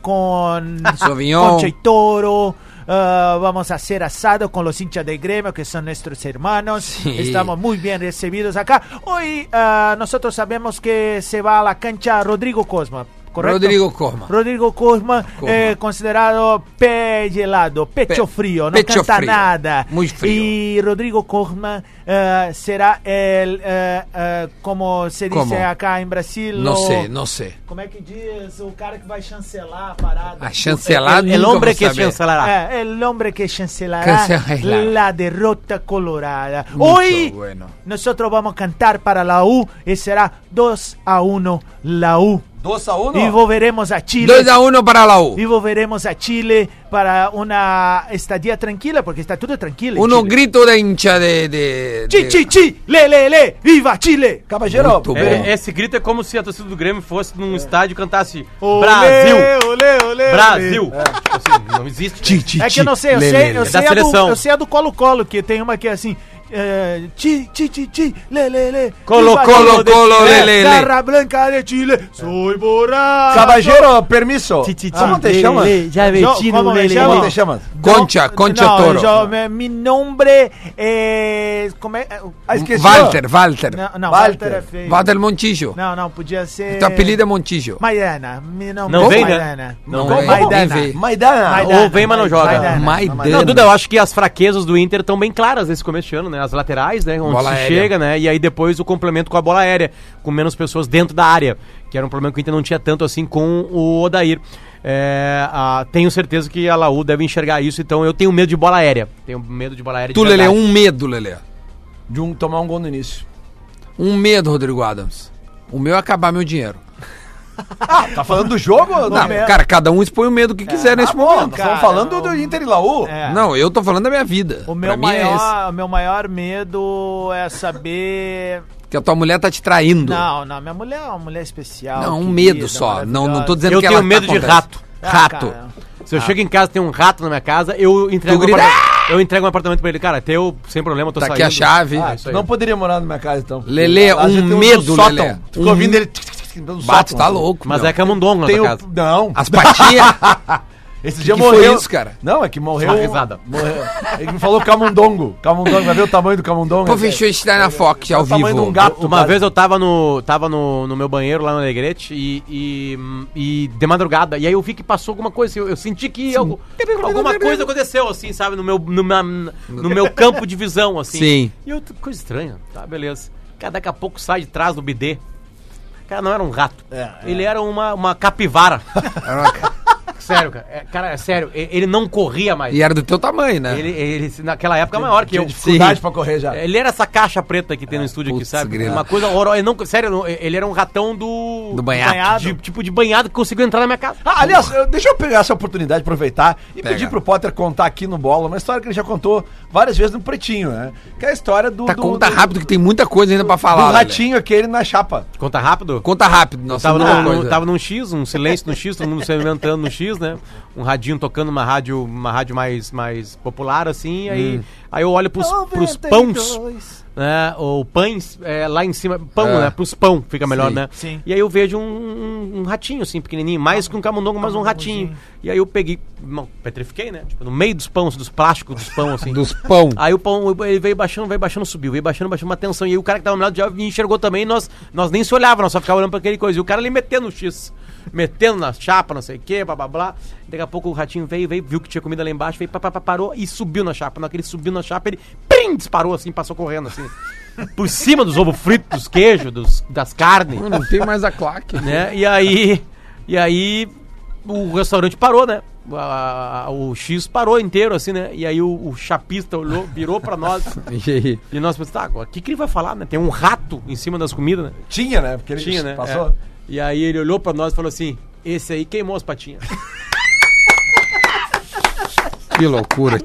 Speaker 5: con
Speaker 2: Sauvignon.
Speaker 5: Concha y Toro. ah, vamos a hacer asado con los hinchas de Gremio, que son nuestros hermanos.
Speaker 2: Sí.
Speaker 5: Estamos muy bien recibidos acá. Hoy ah, nosotros sabemos que se va a la cancha Rodrigo Cosma, ¿correcto?
Speaker 2: Rodrigo Corma.
Speaker 5: Rodrigo Cosma,
Speaker 2: Cosma.
Speaker 5: eh, considerado pe gelado, pecho
Speaker 2: Pe-
Speaker 5: frío, no
Speaker 2: pecho
Speaker 5: canta
Speaker 2: frío,
Speaker 5: nada.
Speaker 2: muy frío.
Speaker 5: Y Rodrigo Cosma eh, será el, eh, eh, como se dice
Speaker 2: Como?
Speaker 5: acá en Brasil,
Speaker 2: Não
Speaker 5: o-
Speaker 2: sei, não sei.
Speaker 5: como é que diz o cara que vai chancelar a parada?
Speaker 2: A Ah, chancelar
Speaker 3: El hombre que
Speaker 2: saber.
Speaker 3: chancelará.
Speaker 5: É, el hombre que chancelará
Speaker 2: Cancelará.
Speaker 5: la derrota colorada.
Speaker 2: Mucho
Speaker 5: Hoy
Speaker 2: bueno.
Speaker 5: nosotros vamos a cantar para la U y será 2 a 1 la U.
Speaker 6: Doça ou
Speaker 5: Y volveremos a Chile.
Speaker 2: 2x1 para a Laú.
Speaker 5: Y volveremos a Chile para una estadía tranquila, porque está todo tranquilo. en
Speaker 2: Uno
Speaker 5: Chile.
Speaker 2: Um grito de hincha de. de,
Speaker 5: Chi,
Speaker 2: de...
Speaker 5: chi, chi, le, le, le, viva Chile!
Speaker 6: Cabageiro,
Speaker 2: Muito
Speaker 3: É,
Speaker 2: bom.
Speaker 3: esse grito é como se a torcida do Grêmio fosse num estádio e cantasse
Speaker 5: Olê,
Speaker 3: Brasil!
Speaker 5: olê, olê,
Speaker 3: Brasil! Assim, não existe.
Speaker 2: Ti, ti,
Speaker 5: olê. É
Speaker 2: ti,
Speaker 5: que eu não sei, eu
Speaker 2: lê,
Speaker 5: sei,
Speaker 2: lê,
Speaker 5: eu
Speaker 2: lê.
Speaker 5: sei,
Speaker 3: Da
Speaker 5: a do,
Speaker 3: seleção.
Speaker 5: eu sei a do Colo Colo, que tem uma que é assim. É, ti, ti, ti, ti, le, le, le.
Speaker 3: Colo,
Speaker 5: viva
Speaker 2: Colo,
Speaker 5: Chile de
Speaker 2: Colo,
Speaker 5: Chile,
Speaker 2: lê, lê, lê.
Speaker 5: Garra Blanca de Chile, soy borracho.
Speaker 6: Cabageiro, permisso. Como te chama?
Speaker 5: Já como me
Speaker 6: Como
Speaker 5: chama?
Speaker 6: te chama?
Speaker 2: Concha, Concha
Speaker 5: Não,
Speaker 2: Toro.
Speaker 5: eu- me- Mi nombre é. Como é.
Speaker 6: Ah, esqueci.
Speaker 2: Walter, Walter.
Speaker 5: Não, não
Speaker 6: Walter.
Speaker 5: Walter é feio.
Speaker 2: Walter Montijo.
Speaker 5: Não, não, podia ser.
Speaker 2: Teu apelido é Montijo.
Speaker 5: Maidana. Mi nome
Speaker 3: Não
Speaker 5: é
Speaker 3: vem, né?
Speaker 5: Maidana.
Speaker 3: Não
Speaker 2: Como?
Speaker 3: vem. Ah,
Speaker 2: Nem
Speaker 5: Maidana.
Speaker 2: vê.
Speaker 6: Maidana.
Speaker 5: Maidana.
Speaker 3: Ou vem, mas não joga.
Speaker 5: Maidana.
Speaker 2: Maidana.
Speaker 3: Não, Duda, eu acho que as fraquezas do Inter estão bem claras nesse começo de ano, né? As laterais, né? Onde
Speaker 2: Bola
Speaker 3: se
Speaker 2: aérea.
Speaker 3: chega, né? E aí depois o complemento com a bola aérea, com menos pessoas dentro da área, que era um problema que o Inter não tinha tanto assim com o Odair. É, a- tenho certeza que a Laú deve enxergar isso, então eu tenho medo de bola aérea. Tenho medo de bola aérea
Speaker 2: Tu,
Speaker 3: de
Speaker 2: Lelê,
Speaker 3: verdade.
Speaker 2: um medo, Lelê.
Speaker 6: De um, tomar um gol no início.
Speaker 2: Um medo, Rodrigo Adams. O meu é acabar meu dinheiro.
Speaker 6: Tá falando do jogo? Não,
Speaker 2: Não, cara, cada um expõe o medo que quiser nesse momento.
Speaker 5: cara,
Speaker 6: Estamos falando
Speaker 5: não.
Speaker 6: do Inter e Laú. Ah,
Speaker 5: É.
Speaker 2: Não, eu tô falando da minha vida.
Speaker 5: O
Speaker 2: Pra
Speaker 5: meu,
Speaker 2: mim é
Speaker 5: maior, o meu maior medo é saber.
Speaker 2: esse. Que a tua mulher tá te traindo.
Speaker 5: Não, não, minha mulher é uma mulher especial.
Speaker 2: Não, um
Speaker 5: querida,
Speaker 2: medo só. Não, não tô
Speaker 5: maravilhosa.
Speaker 2: dizendo
Speaker 3: Eu
Speaker 2: que
Speaker 3: tenho
Speaker 2: ela
Speaker 3: medo
Speaker 2: tá
Speaker 3: de
Speaker 2: acontece. Ah.
Speaker 3: rato.
Speaker 5: Ah,
Speaker 3: rato.
Speaker 5: cara.
Speaker 3: Se eu chego em casa, tem um rato na minha casa, eu entrego
Speaker 2: Tu
Speaker 3: um
Speaker 2: grita,
Speaker 3: apartamento, eu entrego um apartamento pra ele. Cara, teu, sem problema, eu tô
Speaker 2: Tá
Speaker 3: saindo.
Speaker 2: aqui a chave.
Speaker 6: Ah,
Speaker 3: isso
Speaker 6: tu
Speaker 3: aí.
Speaker 6: não poderia morar na minha casa, então.
Speaker 2: Lelê,
Speaker 6: Lá
Speaker 2: um
Speaker 6: já tem
Speaker 2: medo,
Speaker 6: no sótão.
Speaker 2: Lelê.
Speaker 6: Tu Ficou
Speaker 2: Um-
Speaker 6: ouvindo ele... tic, tic, tic, pelo
Speaker 2: Bato,
Speaker 6: sótão,
Speaker 2: tá
Speaker 6: assim.
Speaker 2: louco.
Speaker 3: Mas
Speaker 2: meu.
Speaker 3: é camundongo na
Speaker 6: Tem
Speaker 3: tua
Speaker 6: o...
Speaker 3: casa.
Speaker 6: Não.
Speaker 2: As patinhas.
Speaker 6: Esse dia
Speaker 2: que foi
Speaker 6: morreu...
Speaker 2: isso, cara?
Speaker 6: Não, é que morreu...
Speaker 3: Uma risada.
Speaker 6: Morreu. Ele me falou camundongo. Camundongo, vai ver o tamanho do camundongo?
Speaker 2: Pô, fechou esse tá na Fox ao
Speaker 6: o tamanho de
Speaker 2: vivo.
Speaker 6: um gato.
Speaker 3: Uma
Speaker 6: cara.
Speaker 3: vez eu tava no, tava no, no meu banheiro lá no Alegrete e, e, hum, e de madrugada. E aí eu vi que passou alguma coisa. assim, Eu, eu senti que algo- alguma coisa aconteceu, assim, sabe? No meu, no, na- no meu campo de visão, assim.
Speaker 2: Sim.
Speaker 3: E eu, coisa estranha. Tá, beleza. Cara, daqui a pouco sai de trás do bidê. Cara, não era um rato.
Speaker 6: É, é.
Speaker 3: Ele era uma, uma capivara.
Speaker 2: Era uma-
Speaker 3: sério, cara. É, cara, é sério. e- Ele não corria mais.
Speaker 2: E era do teu tamanho, né?
Speaker 3: Ele, ele- naquela época, é maior que eu.
Speaker 6: dificuldade pra correr já.
Speaker 3: Ele era essa caixa preta que tem no estúdio aqui,
Speaker 2: putz,
Speaker 3: sabe?
Speaker 2: grilo.
Speaker 3: Uma coisa horrorosa. Ele não- Sério, não- ele era um ratão do.
Speaker 2: Do banhado.
Speaker 3: De- tipo de banhado que conseguiu entrar na minha casa.
Speaker 6: Ah, aliás, eu- deixa eu pegar essa oportunidade, aproveitar e
Speaker 2: Pega.
Speaker 6: pedir pro Potter contar aqui no Bola uma história que ele já contou várias vezes no Pretinho, né? Que é a história do,
Speaker 2: Tá,
Speaker 6: do,
Speaker 2: conta
Speaker 6: do-
Speaker 2: rápido que tem muita coisa ainda pra
Speaker 6: do
Speaker 2: falar. Lelê.
Speaker 6: ratinho aquele na chapa.
Speaker 3: Conta rápido.
Speaker 2: Conta rápido, nossa.
Speaker 3: Tava,
Speaker 2: muita
Speaker 3: num, num-
Speaker 2: coisa.
Speaker 3: tava num X, um silêncio no X, todo mundo se alimentando no X, né? Um radinho tocando uma rádio, uma rádio mais, mais popular, assim, aí, aí eu olho pros, pros pães, né? Ou pães, é, lá em cima, pão,
Speaker 2: É.
Speaker 3: né? Pros pão, fica melhor,
Speaker 2: Sim.
Speaker 3: né?
Speaker 5: Sim.
Speaker 3: E aí eu vejo um, um- um ratinho, assim, pequenininho, mais que um camundongo, mas um ratinho. E aí eu peguei, não, petrifiquei, né? Tipo, no meio dos pães, dos plásticos dos pães, assim.
Speaker 2: Dos pão.
Speaker 3: Aí o pão, ele veio baixando, veio baixando, subiu, veio baixando, baixando, uma tensão. E aí o cara que tava ao meu lado já me enxergou também, e nós, nós nem se olhava, nós só ficava olhando pra aquele coisa. E o cara ali metendo o X, metendo na chapa, não sei o quê, blá blá blá. Daqui a pouco o ratinho veio, veio, viu que tinha comida lá embaixo, veio, pá, pá, pá, parou e subiu na chapa. Naquele subiu na chapa, ele pim, disparou assim, passou correndo assim. Por cima dos ovos fritos, dos queijos, dos, das carnes
Speaker 2: Mano, Não tem mais a claque.
Speaker 3: né? E aí, e aí o restaurante parou, né? A- a- o X parou inteiro, assim, né? E aí o, o chapista olhou, virou pra nós
Speaker 2: E aí?
Speaker 3: e nós pensamos, tá, agora, o que, que ele vai falar, né? Tem um rato em cima das comidas, né?
Speaker 6: Tinha, né? Porque ele
Speaker 3: Tinha, né?
Speaker 6: passou.
Speaker 3: É. E aí ele olhou pra nós e falou assim, esse aí queimou as
Speaker 5: Ah,
Speaker 3: patinhas.
Speaker 2: Que loucura.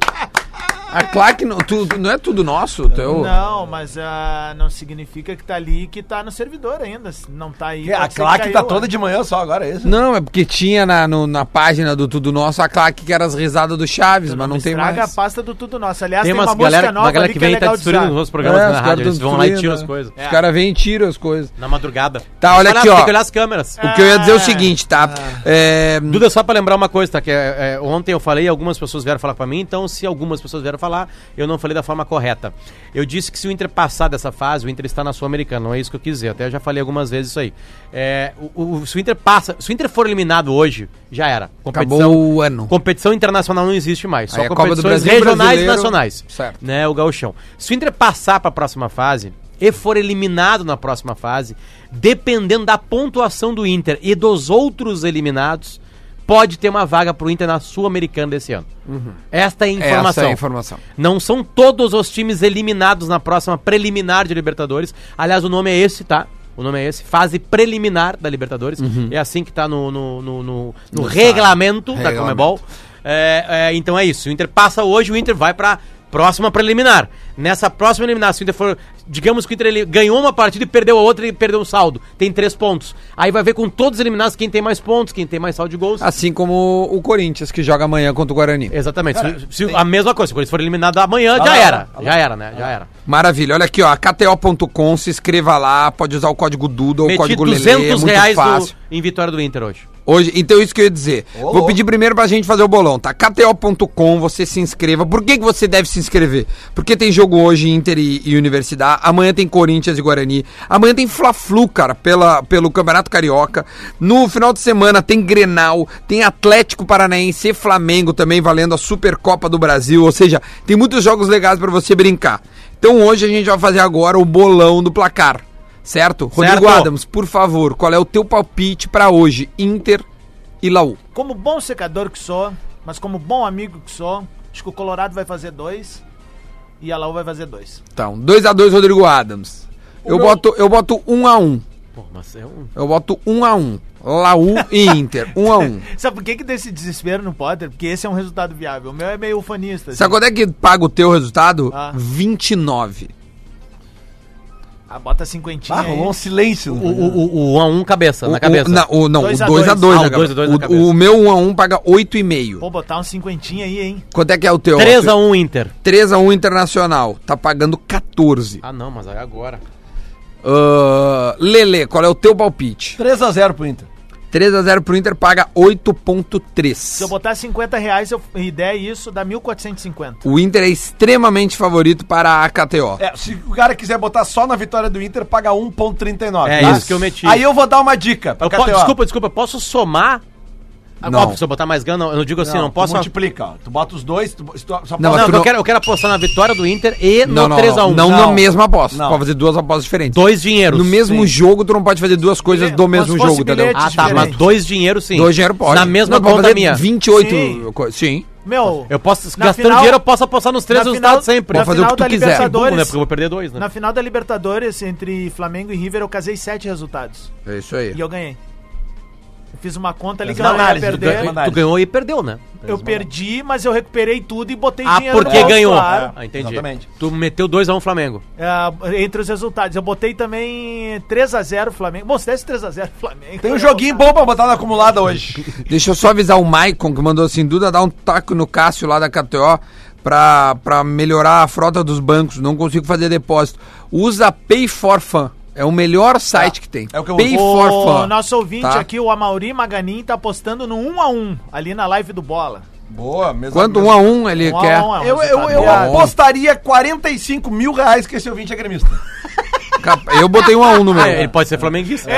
Speaker 2: A claque não, tu- não é tudo nosso? Teu...
Speaker 5: Não, mas ah, não significa que tá ali e que tá no servidor ainda. Se não tá aí.
Speaker 2: É,
Speaker 6: Que A
Speaker 2: ah,
Speaker 5: pode ser
Speaker 6: claque
Speaker 5: que
Speaker 6: tá
Speaker 5: caiu,
Speaker 6: toda
Speaker 5: né?
Speaker 6: de manhã só agora, é isso?
Speaker 2: Não, é porque tinha na, no- na página do Tudo Nosso a claque que era as risadas do Chaves, mas não tem
Speaker 5: Estraga
Speaker 2: mais.
Speaker 5: a pasta do Tudo Nosso. Aliás,
Speaker 3: Tem
Speaker 5: tem,
Speaker 3: umas
Speaker 5: uma música
Speaker 3: galera,
Speaker 5: nova
Speaker 3: uma galera
Speaker 5: ali é
Speaker 3: que vem e tá
Speaker 5: legal de
Speaker 3: destruindo
Speaker 5: usar.
Speaker 3: os nossos programas
Speaker 2: É,
Speaker 3: na
Speaker 2: os caras
Speaker 3: rádio. Eles
Speaker 2: tão
Speaker 3: vão lá e tiram
Speaker 2: destruindo,
Speaker 3: as
Speaker 2: né?
Speaker 3: coisas. É,
Speaker 2: Os caras vêm e tiram as coisas.
Speaker 3: Na madrugada.
Speaker 2: Tá, olha
Speaker 3: Tem que
Speaker 2: aqui,
Speaker 3: olhar-
Speaker 2: ó.
Speaker 3: Tem que olhar as câmeras.
Speaker 2: O que eu ia dizer é o
Speaker 5: Ah.
Speaker 2: seguinte, tá? É,
Speaker 3: Duda, só pra lembrar uma coisa, tá? Que é, é, ontem eu falei, algumas pessoas vieram falar pra mim, então se algumas pessoas vieram falar, eu não falei da forma correta. Eu disse que se o Inter passar dessa fase, o Inter está na Sul-Americana, não é isso que eu quis dizer, até eu já falei algumas vezes isso aí. É, o, o- se o Inter passa, se o Inter for eliminado hoje, já era.
Speaker 2: acabou o ano.
Speaker 3: Competição internacional não existe mais. Só
Speaker 2: Aí a Copa do
Speaker 3: competições
Speaker 2: Brasil,
Speaker 3: regionais e
Speaker 2: brasileiro,
Speaker 3: nacionais.
Speaker 2: certo.
Speaker 3: Né, o gauchão. Se o Inter passar para a próxima fase e for eliminado na próxima fase, dependendo da pontuação do Inter e dos outros eliminados, pode ter uma vaga pro Inter na Sul-Americana desse ano. Esta é a informação.
Speaker 2: Essa é a informação.
Speaker 3: Não são todos os times eliminados na próxima preliminar de Libertadores. Aliás, o nome é esse, tá? O nome é esse, fase preliminar da Libertadores. É assim que tá no, no, no, no- no
Speaker 2: No
Speaker 3: regulamento da
Speaker 2: regulamento.
Speaker 3: Comebol. É, é, então é isso. O Inter passa hoje, o Inter vai pra próxima preliminar. Nessa próxima preliminar, se o Inter for. Digamos que o Inter ele ganhou uma partida e perdeu a outra e perdeu um saldo. Tem três pontos. Aí vai ver com todos eliminados quem tem mais pontos, quem tem mais saldo de gols.
Speaker 2: Assim como o Corinthians, que joga amanhã contra o Guarani.
Speaker 3: Exatamente. Se- se- a mesma coisa, se o Corinthians for eliminado amanhã, já era. Já era, né? Já era.
Speaker 2: Maravilha. Olha aqui, ó. KTO.com, se inscreva lá. Pode usar o código Duda ou o
Speaker 3: Meti
Speaker 2: código
Speaker 3: 200
Speaker 2: Lelê. É muito
Speaker 3: reais
Speaker 2: fácil.
Speaker 3: no- em vitória do Inter hoje.
Speaker 2: Hoje, então isso que eu ia dizer. Vou pedir primeiro pra gente fazer o bolão, tá? KTO.com, você se inscreva. Por que, que você deve se inscrever? Porque tem jogo hoje, Inter e, e Universidade. Amanhã tem Corinthians e Guarani. Amanhã tem Fla-Flu, cara, pela, pelo Campeonato Carioca. No final de semana tem Grenal, tem Atlético Paranaense e Flamengo também valendo a Supercopa do Brasil. Ou seja, tem muitos jogos legais pra você brincar. Então hoje a gente vai fazer agora o bolão do placar. Certo? Rodrigo
Speaker 3: Certo.
Speaker 2: Adams, por favor, qual é o teu palpite pra hoje? Inter e Laú.
Speaker 5: Como bom secador que sou, mas como bom amigo que sou, acho que o Colorado vai fazer dois e a Laú vai fazer dois.
Speaker 2: Então, 2 a 2 Rodrigo Adams. Eu boto, eu boto 1 um a 1. Um.
Speaker 3: Pô, mas é um.
Speaker 2: Eu boto 1 um a 1. Um. Laú e Inter, 1 um a 1. Um.
Speaker 5: Sabe por que que desse desespero no Potter? Porque esse é um resultado viável. O meu é meio ufanista. assim.
Speaker 2: Sabe quanto é que paga o teu resultado?
Speaker 5: Ah.
Speaker 2: 29.
Speaker 5: Ah, bota cinquentinha
Speaker 6: Ah,
Speaker 5: aí.
Speaker 6: rolou um silêncio.
Speaker 3: O, o, o, o 1 a 1 cabeça,
Speaker 2: O,
Speaker 3: Tá na cabeça.
Speaker 2: o, na, o, não,
Speaker 5: Dois
Speaker 2: o
Speaker 5: a
Speaker 2: 2 a 2
Speaker 5: dois.
Speaker 3: Ah, o dois a dois na cabeça.
Speaker 2: o, o meu 1 um a 1 um paga
Speaker 5: Vou
Speaker 2: 8,5.
Speaker 5: botar um cinquentinha aí, hein?
Speaker 2: Quanto é que é o teu?
Speaker 3: 3 a 1 Inter.
Speaker 2: 3 a 1 Internacional. Tá pagando 14.
Speaker 3: Ah, não, mas aí agora.
Speaker 2: Ah, Lele, qual é o teu palpite?
Speaker 6: 3x0 pro Inter.
Speaker 2: 3 a 0 pro Inter paga 8.3.
Speaker 5: Se eu botar 50 reais eu, e der isso, dá 1.450.
Speaker 2: O Inter é extremamente favorito para a KTO.
Speaker 6: É, se o cara quiser botar só na vitória do Inter, paga 1,39.
Speaker 3: É isso que eu meti.
Speaker 6: tá? Aí eu vou dar uma dica. pra
Speaker 3: Eu po-
Speaker 6: KTO.
Speaker 3: desculpa, desculpa, eu posso somar Agora,
Speaker 2: Não.
Speaker 3: se eu botar mais grana, não- eu não digo assim, não,
Speaker 6: tu
Speaker 3: posso.
Speaker 6: multiplica. ó. Tu bota os dois, tu, bo- se tu- só um
Speaker 2: Não,
Speaker 3: Não,
Speaker 2: mas
Speaker 3: eu,
Speaker 2: tu não-
Speaker 3: Quero, eu quero apostar na vitória do Inter e
Speaker 2: Não,
Speaker 3: no
Speaker 2: não,
Speaker 3: 3x1.
Speaker 2: não, não, na
Speaker 6: Não.
Speaker 2: mesma aposta.
Speaker 6: Não.
Speaker 2: Tu pode fazer duas apostas diferentes.
Speaker 3: Dois dinheiros.
Speaker 2: No mesmo
Speaker 6: sim.
Speaker 2: jogo, tu não pode fazer duas coisas do
Speaker 5: Como
Speaker 2: mesmo
Speaker 5: se fosse
Speaker 2: jogo, entendeu?
Speaker 5: bilhete.
Speaker 3: Ah, tá,
Speaker 5: Diferente.
Speaker 3: mas dois dinheiros sim.
Speaker 2: Dois dinheiro pode.
Speaker 3: Na
Speaker 2: não,
Speaker 3: mesma
Speaker 2: é pode
Speaker 3: conta
Speaker 2: fazer
Speaker 3: minha.
Speaker 2: 28.
Speaker 5: Sim.
Speaker 2: co- Sim.
Speaker 5: Meu,
Speaker 3: Eu posso,
Speaker 5: Na
Speaker 3: gastando
Speaker 5: final-
Speaker 3: dinheiro, eu posso apostar nos três
Speaker 5: na
Speaker 3: resultados
Speaker 5: final-
Speaker 3: sempre.
Speaker 5: na
Speaker 2: Pode fazer o que
Speaker 5: final
Speaker 2: tu
Speaker 5: da
Speaker 2: quiser.
Speaker 3: Burro, né? Porque
Speaker 5: Libertadores,
Speaker 3: eu vou perder dois, né?
Speaker 5: na final da Libertadores, entre Flamengo e River, eu casei sete resultados.
Speaker 2: É isso aí.
Speaker 5: E eu ganhei. Eu fiz uma conta ali
Speaker 6: Mas
Speaker 5: que eu
Speaker 6: na
Speaker 5: não ia
Speaker 6: análise do
Speaker 5: perder.
Speaker 6: ganho-
Speaker 3: Tu ganhou e perdeu, né?
Speaker 5: Eu perdi, mas eu recuperei tudo e botei
Speaker 3: Ah,
Speaker 5: dinheiro
Speaker 3: porque
Speaker 5: bolso,
Speaker 3: ganhou.
Speaker 5: claro.
Speaker 3: Ah, entendi.
Speaker 6: Exatamente.
Speaker 3: Tu meteu 2x1 Flamengo.
Speaker 5: É, entre os resultados. Eu botei também 3x0 Flamengo. Bom, se desse 3x0 Flamengo. é
Speaker 6: Tem um
Speaker 5: eu-
Speaker 6: joguinho bom pra botar na acumulada hoje.
Speaker 2: Deixa eu só avisar o Maicon, que mandou assim, Duda, dá um taco no Cássio lá da KTO pra, pra melhorar a frota dos bancos. Não consigo fazer depósito. Usa Pay for Fun. É o melhor site que tem.
Speaker 6: É o que eu-
Speaker 2: Pay for
Speaker 5: O
Speaker 2: Fun.
Speaker 5: nosso ouvinte
Speaker 2: Tá.
Speaker 5: aqui, o Amauri Maganin, tá apostando no 1x1 ali na live do Bola.
Speaker 6: Boa, mesmo.
Speaker 2: Quanto um a um ele
Speaker 5: Um a
Speaker 2: quer?
Speaker 5: um é um
Speaker 6: Eu, eu,
Speaker 5: resultado
Speaker 6: eu
Speaker 5: bom.
Speaker 6: apostaria 45 mil reais que esse ouvinte é gremista.
Speaker 2: Cap- Eu botei um a um no meu.
Speaker 3: Ah, ele pode ser flamenguista.
Speaker 5: É,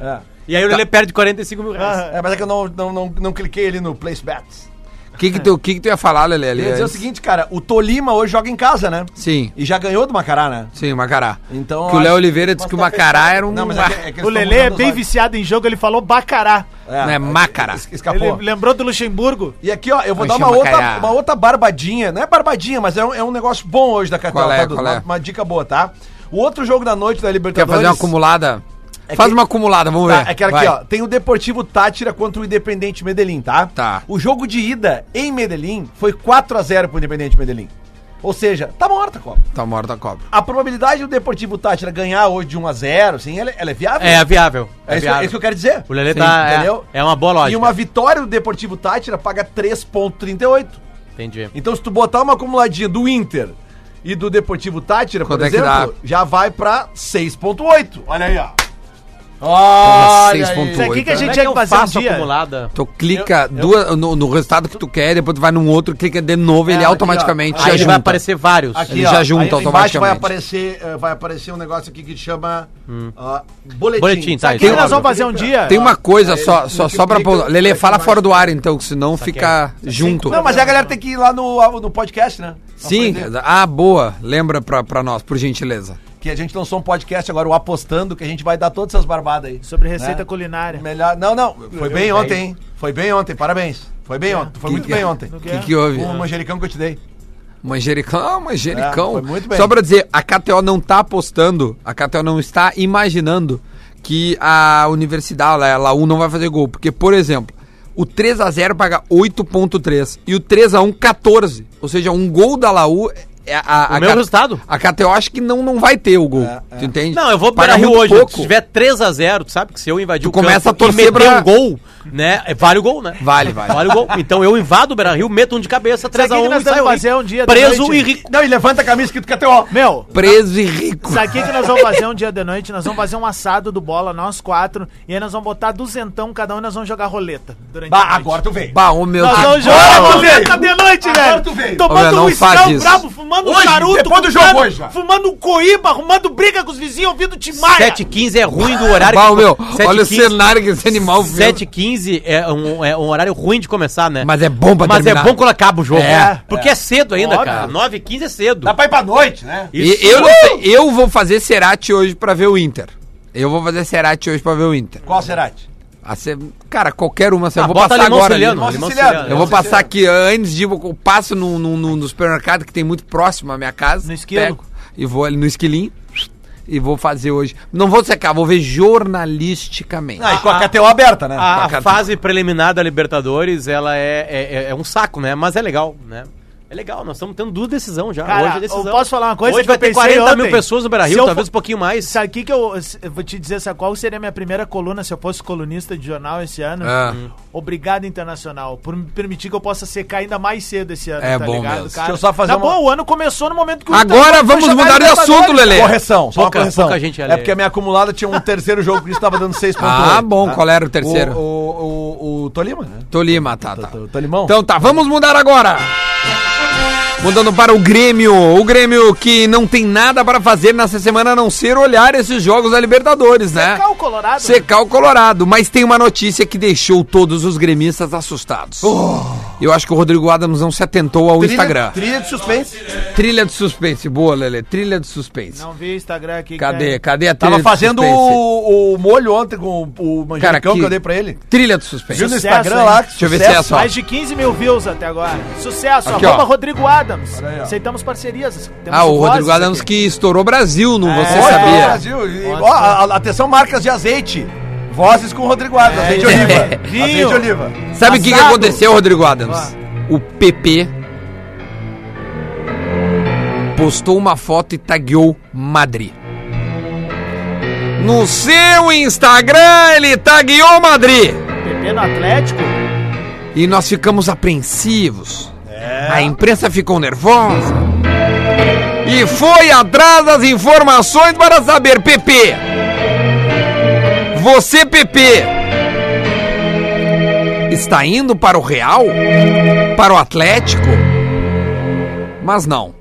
Speaker 5: é, é.
Speaker 6: É.
Speaker 3: E aí o Lelê perde 45 mil reais.
Speaker 5: Ah,
Speaker 6: É, mas é que eu não, não, não, não cliquei ali no Place Bets.
Speaker 2: O que que, tu- o que que tu ia falar, Lelê?
Speaker 6: Eu
Speaker 2: ali
Speaker 6: ia dizer o
Speaker 2: antes?
Speaker 6: seguinte, cara, o Tolima hoje joga em casa, né?
Speaker 2: é Sim,
Speaker 6: E já ganhou do Macará, né?
Speaker 2: sim, Macará.
Speaker 6: Então.
Speaker 2: Que o
Speaker 6: eu
Speaker 2: Léo
Speaker 6: acho-
Speaker 2: Oliveira disse
Speaker 6: Mas
Speaker 2: que o
Speaker 6: tá
Speaker 2: Macará
Speaker 6: fechado.
Speaker 2: era um.
Speaker 6: Não, mas é que- é que
Speaker 5: O
Speaker 6: eles
Speaker 5: Lelê
Speaker 6: tão
Speaker 5: é
Speaker 6: mudando
Speaker 5: bem
Speaker 6: os olhos.
Speaker 5: viciado em jogo, ele falou Bacará.
Speaker 2: Não, é Macará.
Speaker 6: es-
Speaker 5: Ele
Speaker 6: Escapou.
Speaker 5: lembrou do Luxemburgo.
Speaker 6: E aqui, ó, eu vou
Speaker 2: Ai,
Speaker 6: dar uma
Speaker 2: chama
Speaker 6: outra,
Speaker 2: caiá.
Speaker 6: uma outra barbadinha. Não é barbadinha, mas é um, é um negócio bom hoje da Catal,
Speaker 2: Qual é,
Speaker 6: tá, Dudu?
Speaker 2: qual é?
Speaker 6: Uma, uma dica boa, tá? O outro jogo da noite da
Speaker 2: Quer
Speaker 6: Libertadores...
Speaker 2: fazer uma acumulada?
Speaker 6: É
Speaker 2: Faz
Speaker 6: que-
Speaker 2: uma acumulada, vamos
Speaker 6: Tá,
Speaker 2: ver.
Speaker 6: é que aqui,
Speaker 2: Vai.
Speaker 6: ó. Tem o Deportivo Tátira contra o Independente Medellín, tá?
Speaker 2: Tá.
Speaker 6: O jogo de ida em Medellín foi 4x0 pro Independente Medellín. Ou seja, tá morta a Copa.
Speaker 2: Tá morta a cobra.
Speaker 6: A probabilidade do Deportivo Tátira ganhar hoje de 1x0, assim, ela, ela é viável?
Speaker 3: É, é viável.
Speaker 6: É isso, é
Speaker 3: viável.
Speaker 6: isso que eu quero dizer.
Speaker 3: O Lelê
Speaker 2: Sim,
Speaker 3: tá. é-
Speaker 6: entendeu?
Speaker 3: É, uma boa lógica.
Speaker 6: E uma vitória do Deportivo Tátira paga 3,38.
Speaker 3: Entendi.
Speaker 5: é
Speaker 6: Então, se tu botar uma acumuladinha do Inter e do Deportivo Tátira,
Speaker 2: Quanto é que dá?
Speaker 6: já vai pra 6.8. Olha aí, ó. Olha aí.
Speaker 2: 6.8.
Speaker 5: Isso aqui que a
Speaker 2: Como
Speaker 5: gente
Speaker 3: Como é
Speaker 5: tinha
Speaker 3: eu
Speaker 5: que fazer um
Speaker 3: faço
Speaker 5: dia.
Speaker 3: acumulada?
Speaker 2: Tu clica duas, no, no resultado que tu quer, depois tu vai num outro, clica de novo, ele
Speaker 6: É, aqui, ó.
Speaker 2: automaticamente
Speaker 3: Aí
Speaker 2: já
Speaker 3: ele vai
Speaker 2: junta.
Speaker 3: aparecer vários.
Speaker 6: Aqui,
Speaker 2: Ele
Speaker 6: ó,
Speaker 2: já junta
Speaker 6: aí embaixo vai
Speaker 2: automaticamente. Hum.
Speaker 6: aparecer, eh, vai aparecer um negócio aqui que chama ó, boletim.
Speaker 3: Boletim, tá,
Speaker 6: Sabe
Speaker 3: isso
Speaker 5: O que
Speaker 6: que
Speaker 3: Tem
Speaker 5: nós
Speaker 3: uma-
Speaker 5: vamos fazer um dia?
Speaker 2: então. Tem uma coisa
Speaker 6: Aí
Speaker 2: só,
Speaker 6: ele
Speaker 2: só, só pra...
Speaker 6: multiplica-
Speaker 2: pôr- Lelê, fala
Speaker 6: embaixo.
Speaker 2: fora do ar então, que senão fica junto.
Speaker 6: é, Não, mas aí a galera tem que ir lá no, no podcast, né? Pra
Speaker 2: Sim,
Speaker 6: aprender.
Speaker 2: ah, boa. Lembra pra, pra nós, por gentileza.
Speaker 6: Que a gente lançou um podcast agora, o Apostando, que a gente vai dar todas essas barbadas aí.
Speaker 5: Sobre receita
Speaker 6: Né?
Speaker 5: culinária.
Speaker 6: Melhor. Não, não. Foi bem ontem, hein? Foi bem ontem, parabéns. Foi bem ontem. Foi muito
Speaker 2: que-
Speaker 6: bem ontem.
Speaker 2: O
Speaker 5: O
Speaker 2: que é?
Speaker 5: que
Speaker 2: que houve?
Speaker 6: O manjericão que eu te dei.
Speaker 2: Manjericão, ah,
Speaker 6: É,
Speaker 2: manjericão.
Speaker 6: foi muito bem.
Speaker 2: Só pra dizer, a KTO não tá apostando, a KTO não está imaginando que a universidade, a Laú, não vai fazer gol. Porque, por exemplo, o 3 a 0 paga 8.3 e o 3 a 1 14. Ou seja, um gol da Laú... É a, a,
Speaker 3: O
Speaker 2: a
Speaker 3: meu
Speaker 2: K-
Speaker 3: resultado?
Speaker 2: A KTO acho que não, não vai ter o gol.
Speaker 6: É,
Speaker 2: Tu entende?
Speaker 3: Não, eu vou
Speaker 2: Paga
Speaker 3: para Rio
Speaker 2: muito
Speaker 3: hoje.
Speaker 2: pouco.
Speaker 3: Se tiver 3x0, tu sabe que se eu invadir
Speaker 2: Tu
Speaker 3: o campo
Speaker 2: começa a torcer
Speaker 3: e meter
Speaker 2: pra-
Speaker 3: um gol, né? é- Vale o gol, né?
Speaker 2: Vale, vale.
Speaker 3: Vale o gol. Então eu invado o Beira Rio, meto um de cabeça,
Speaker 5: Sabe o que que
Speaker 3: 3x1
Speaker 5: nós
Speaker 3: e saio
Speaker 5: vamos
Speaker 3: fazer
Speaker 5: fazer um dia de
Speaker 3: preso
Speaker 5: noite?
Speaker 3: e rico.
Speaker 6: Não, e levanta a camisa que tu quer ter, ó.
Speaker 5: Meu,
Speaker 2: Preso e rico.
Speaker 5: Sabe o que, que nós vamos fazer um dia de noite? Nós vamos fazer um assado do bola, nós quatro, e aí nós vamos botar duzentão cada um e nós vamos jogar roleta durante
Speaker 6: Bah, agora tu vem.
Speaker 2: Bah, ô meu
Speaker 5: Nós
Speaker 2: Deus.
Speaker 5: vamos jogar
Speaker 6: tu
Speaker 5: roleta de noite,
Speaker 6: Agora
Speaker 5: velho!
Speaker 6: tu veio.
Speaker 2: Ô, meu,
Speaker 5: Tomando
Speaker 2: não
Speaker 5: um
Speaker 2: faz
Speaker 5: whiskão
Speaker 2: isso.
Speaker 5: brabo, fumando
Speaker 6: Hoje,
Speaker 5: um charuto,
Speaker 6: depois do
Speaker 5: comprando-
Speaker 6: jogo hoje, já.
Speaker 5: fumando um coíba, arrumando briga com os vizinhos, ouvindo Timaya!
Speaker 3: 7h15 é ruim do horário.
Speaker 2: Bah,
Speaker 3: que-
Speaker 2: ô meu.
Speaker 3: 7h15
Speaker 2: Olha o
Speaker 5: é
Speaker 2: cenário que esse animal fez.
Speaker 3: 7h15 é um, é um horário ruim de começar, né?
Speaker 2: Mas é bom pra
Speaker 3: Mas
Speaker 2: terminar.
Speaker 3: é bom quando acaba o jogo.
Speaker 2: É.
Speaker 3: Porque é, cedo ainda,
Speaker 5: Óbvio.
Speaker 3: cara. 9h15 é cedo.
Speaker 6: Dá pra ir pra noite, né?
Speaker 3: Isso.
Speaker 2: E eu, não sei- eu vou fazer Cerati hoje pra ver o Inter. Eu vou fazer Cerati hoje pra ver o Inter.
Speaker 6: Qual será?
Speaker 2: A ce- Cara, qualquer uma, assim, eu vou
Speaker 3: Ah, bota
Speaker 2: passar
Speaker 3: limão
Speaker 2: agora. ali.
Speaker 3: siciliano,
Speaker 6: Nossa,
Speaker 3: limão
Speaker 6: siciliano.
Speaker 3: siciliano.
Speaker 2: Eu vou passar aqui antes de eu passo no, no, no- no supermercado que tem muito próximo à minha casa.
Speaker 5: No esquilo.
Speaker 2: e vou ali no esquilinho e vou fazer hoje. Não vou secar, vou ver jornalisticamente.
Speaker 6: Ah, e com a KTO aberta, né?
Speaker 3: A,
Speaker 2: Bacana.
Speaker 3: a fase preliminar da Libertadores, ela é, é- é- é um saco, né? Mas é legal, né? É legal, nós estamos tendo duas decisões já.
Speaker 5: Cara,
Speaker 3: hoje é decisão.
Speaker 5: eu posso falar uma coisa
Speaker 3: Hoje
Speaker 5: que
Speaker 3: vai
Speaker 5: eu
Speaker 3: ter
Speaker 5: pensei
Speaker 3: 40 mil
Speaker 5: ontem?
Speaker 3: pessoas no
Speaker 5: Se eu
Speaker 3: Brasil,
Speaker 5: for-
Speaker 3: talvez um pouquinho mais.
Speaker 5: Sabe o que, que eu, eu vou te dizer? Sabe qual seria a minha primeira coluna se eu fosse colunista de jornal esse ano?
Speaker 2: Ah.
Speaker 5: Obrigado, Internacional, por me permitir que eu possa secar ainda mais cedo esse ano. tá
Speaker 2: É bom mesmo.
Speaker 5: Cara?
Speaker 6: Deixa eu só fazer
Speaker 5: tá
Speaker 6: uma-
Speaker 5: bom, o ano começou no momento que o
Speaker 2: Agora
Speaker 5: Inter-
Speaker 2: vamos mudar de assunto, Lelê.
Speaker 6: Correção, só
Speaker 3: Pouca-
Speaker 6: uma correção.
Speaker 3: pouca gente ia
Speaker 6: é
Speaker 3: ler.
Speaker 6: porque a minha acumulada tinha um terceiro jogo que isso tava dando 6.8.
Speaker 2: Ah,
Speaker 3: tá?
Speaker 2: bom, qual era o terceiro?
Speaker 6: O, o, o, o Tolima, né?
Speaker 2: Tolima, tá, tá.
Speaker 6: O Tolimão.
Speaker 2: Então tá, vamos mudar agora. Mudando para o Grêmio. O Grêmio que não tem nada para fazer nessa semana a não ser olhar esses jogos da Libertadores, né?
Speaker 5: Secar o Colorado.
Speaker 2: Secar o Colorado. Mas tem uma notícia que deixou todos os gremistas assustados. Eu acho que o Rodrigo Adams não se atentou ao Instagram.
Speaker 6: Trilha de suspense.
Speaker 2: Trilha de suspense. Boa, Lele. Trilha de suspense.
Speaker 5: né? Não vi o Instagram aqui.
Speaker 2: Cadê?
Speaker 5: que
Speaker 2: Cadê a trilha
Speaker 6: Tava
Speaker 2: de
Speaker 6: fazendo
Speaker 2: suspense?
Speaker 6: o, o molho ontem com o,
Speaker 2: Cara,
Speaker 6: o manjericão que...
Speaker 2: que-
Speaker 6: eu dei pra ele.
Speaker 2: Trilha de suspense.
Speaker 6: Viu no
Speaker 5: Sucesso,
Speaker 6: Instagram
Speaker 5: hein?
Speaker 6: lá?
Speaker 2: Deixa eu ver
Speaker 6: sucesso.
Speaker 2: se é essa.
Speaker 5: tem. Mais de 15 mil views até agora. Sucesso.
Speaker 2: Aqui,
Speaker 5: arroba
Speaker 2: ó.
Speaker 5: Rodrigo Adams.
Speaker 6: Olha aí, ó.
Speaker 5: Aceitamos parcerias. Temos
Speaker 2: Ah, o
Speaker 5: vozes
Speaker 2: Rodrigo Adams
Speaker 5: aqui.
Speaker 2: que estourou Brasil, não você
Speaker 5: É,
Speaker 6: Olha,
Speaker 2: sabia?
Speaker 6: Brasil, e-
Speaker 5: Ótimo.
Speaker 6: ó, a- a- atenção, marcas de azeite. Vozes com o Rodrigo Adams, azeite de
Speaker 5: isso.
Speaker 6: oliva.
Speaker 5: Vinho.
Speaker 6: Azeite de oliva.
Speaker 2: Sabe o que, que
Speaker 5: Assado.
Speaker 2: aconteceu, Rodrigo Adams? O PP postou uma foto e tagueou Madrid. No seu Instagram ele tagueou Madrid.
Speaker 5: PP no Atlético.
Speaker 2: E nós ficamos apreensivos. A imprensa ficou nervosa. E foi atrás das informações para saber, PP. Você, PP, está indo para o Real? Para o Atlético? Mas não.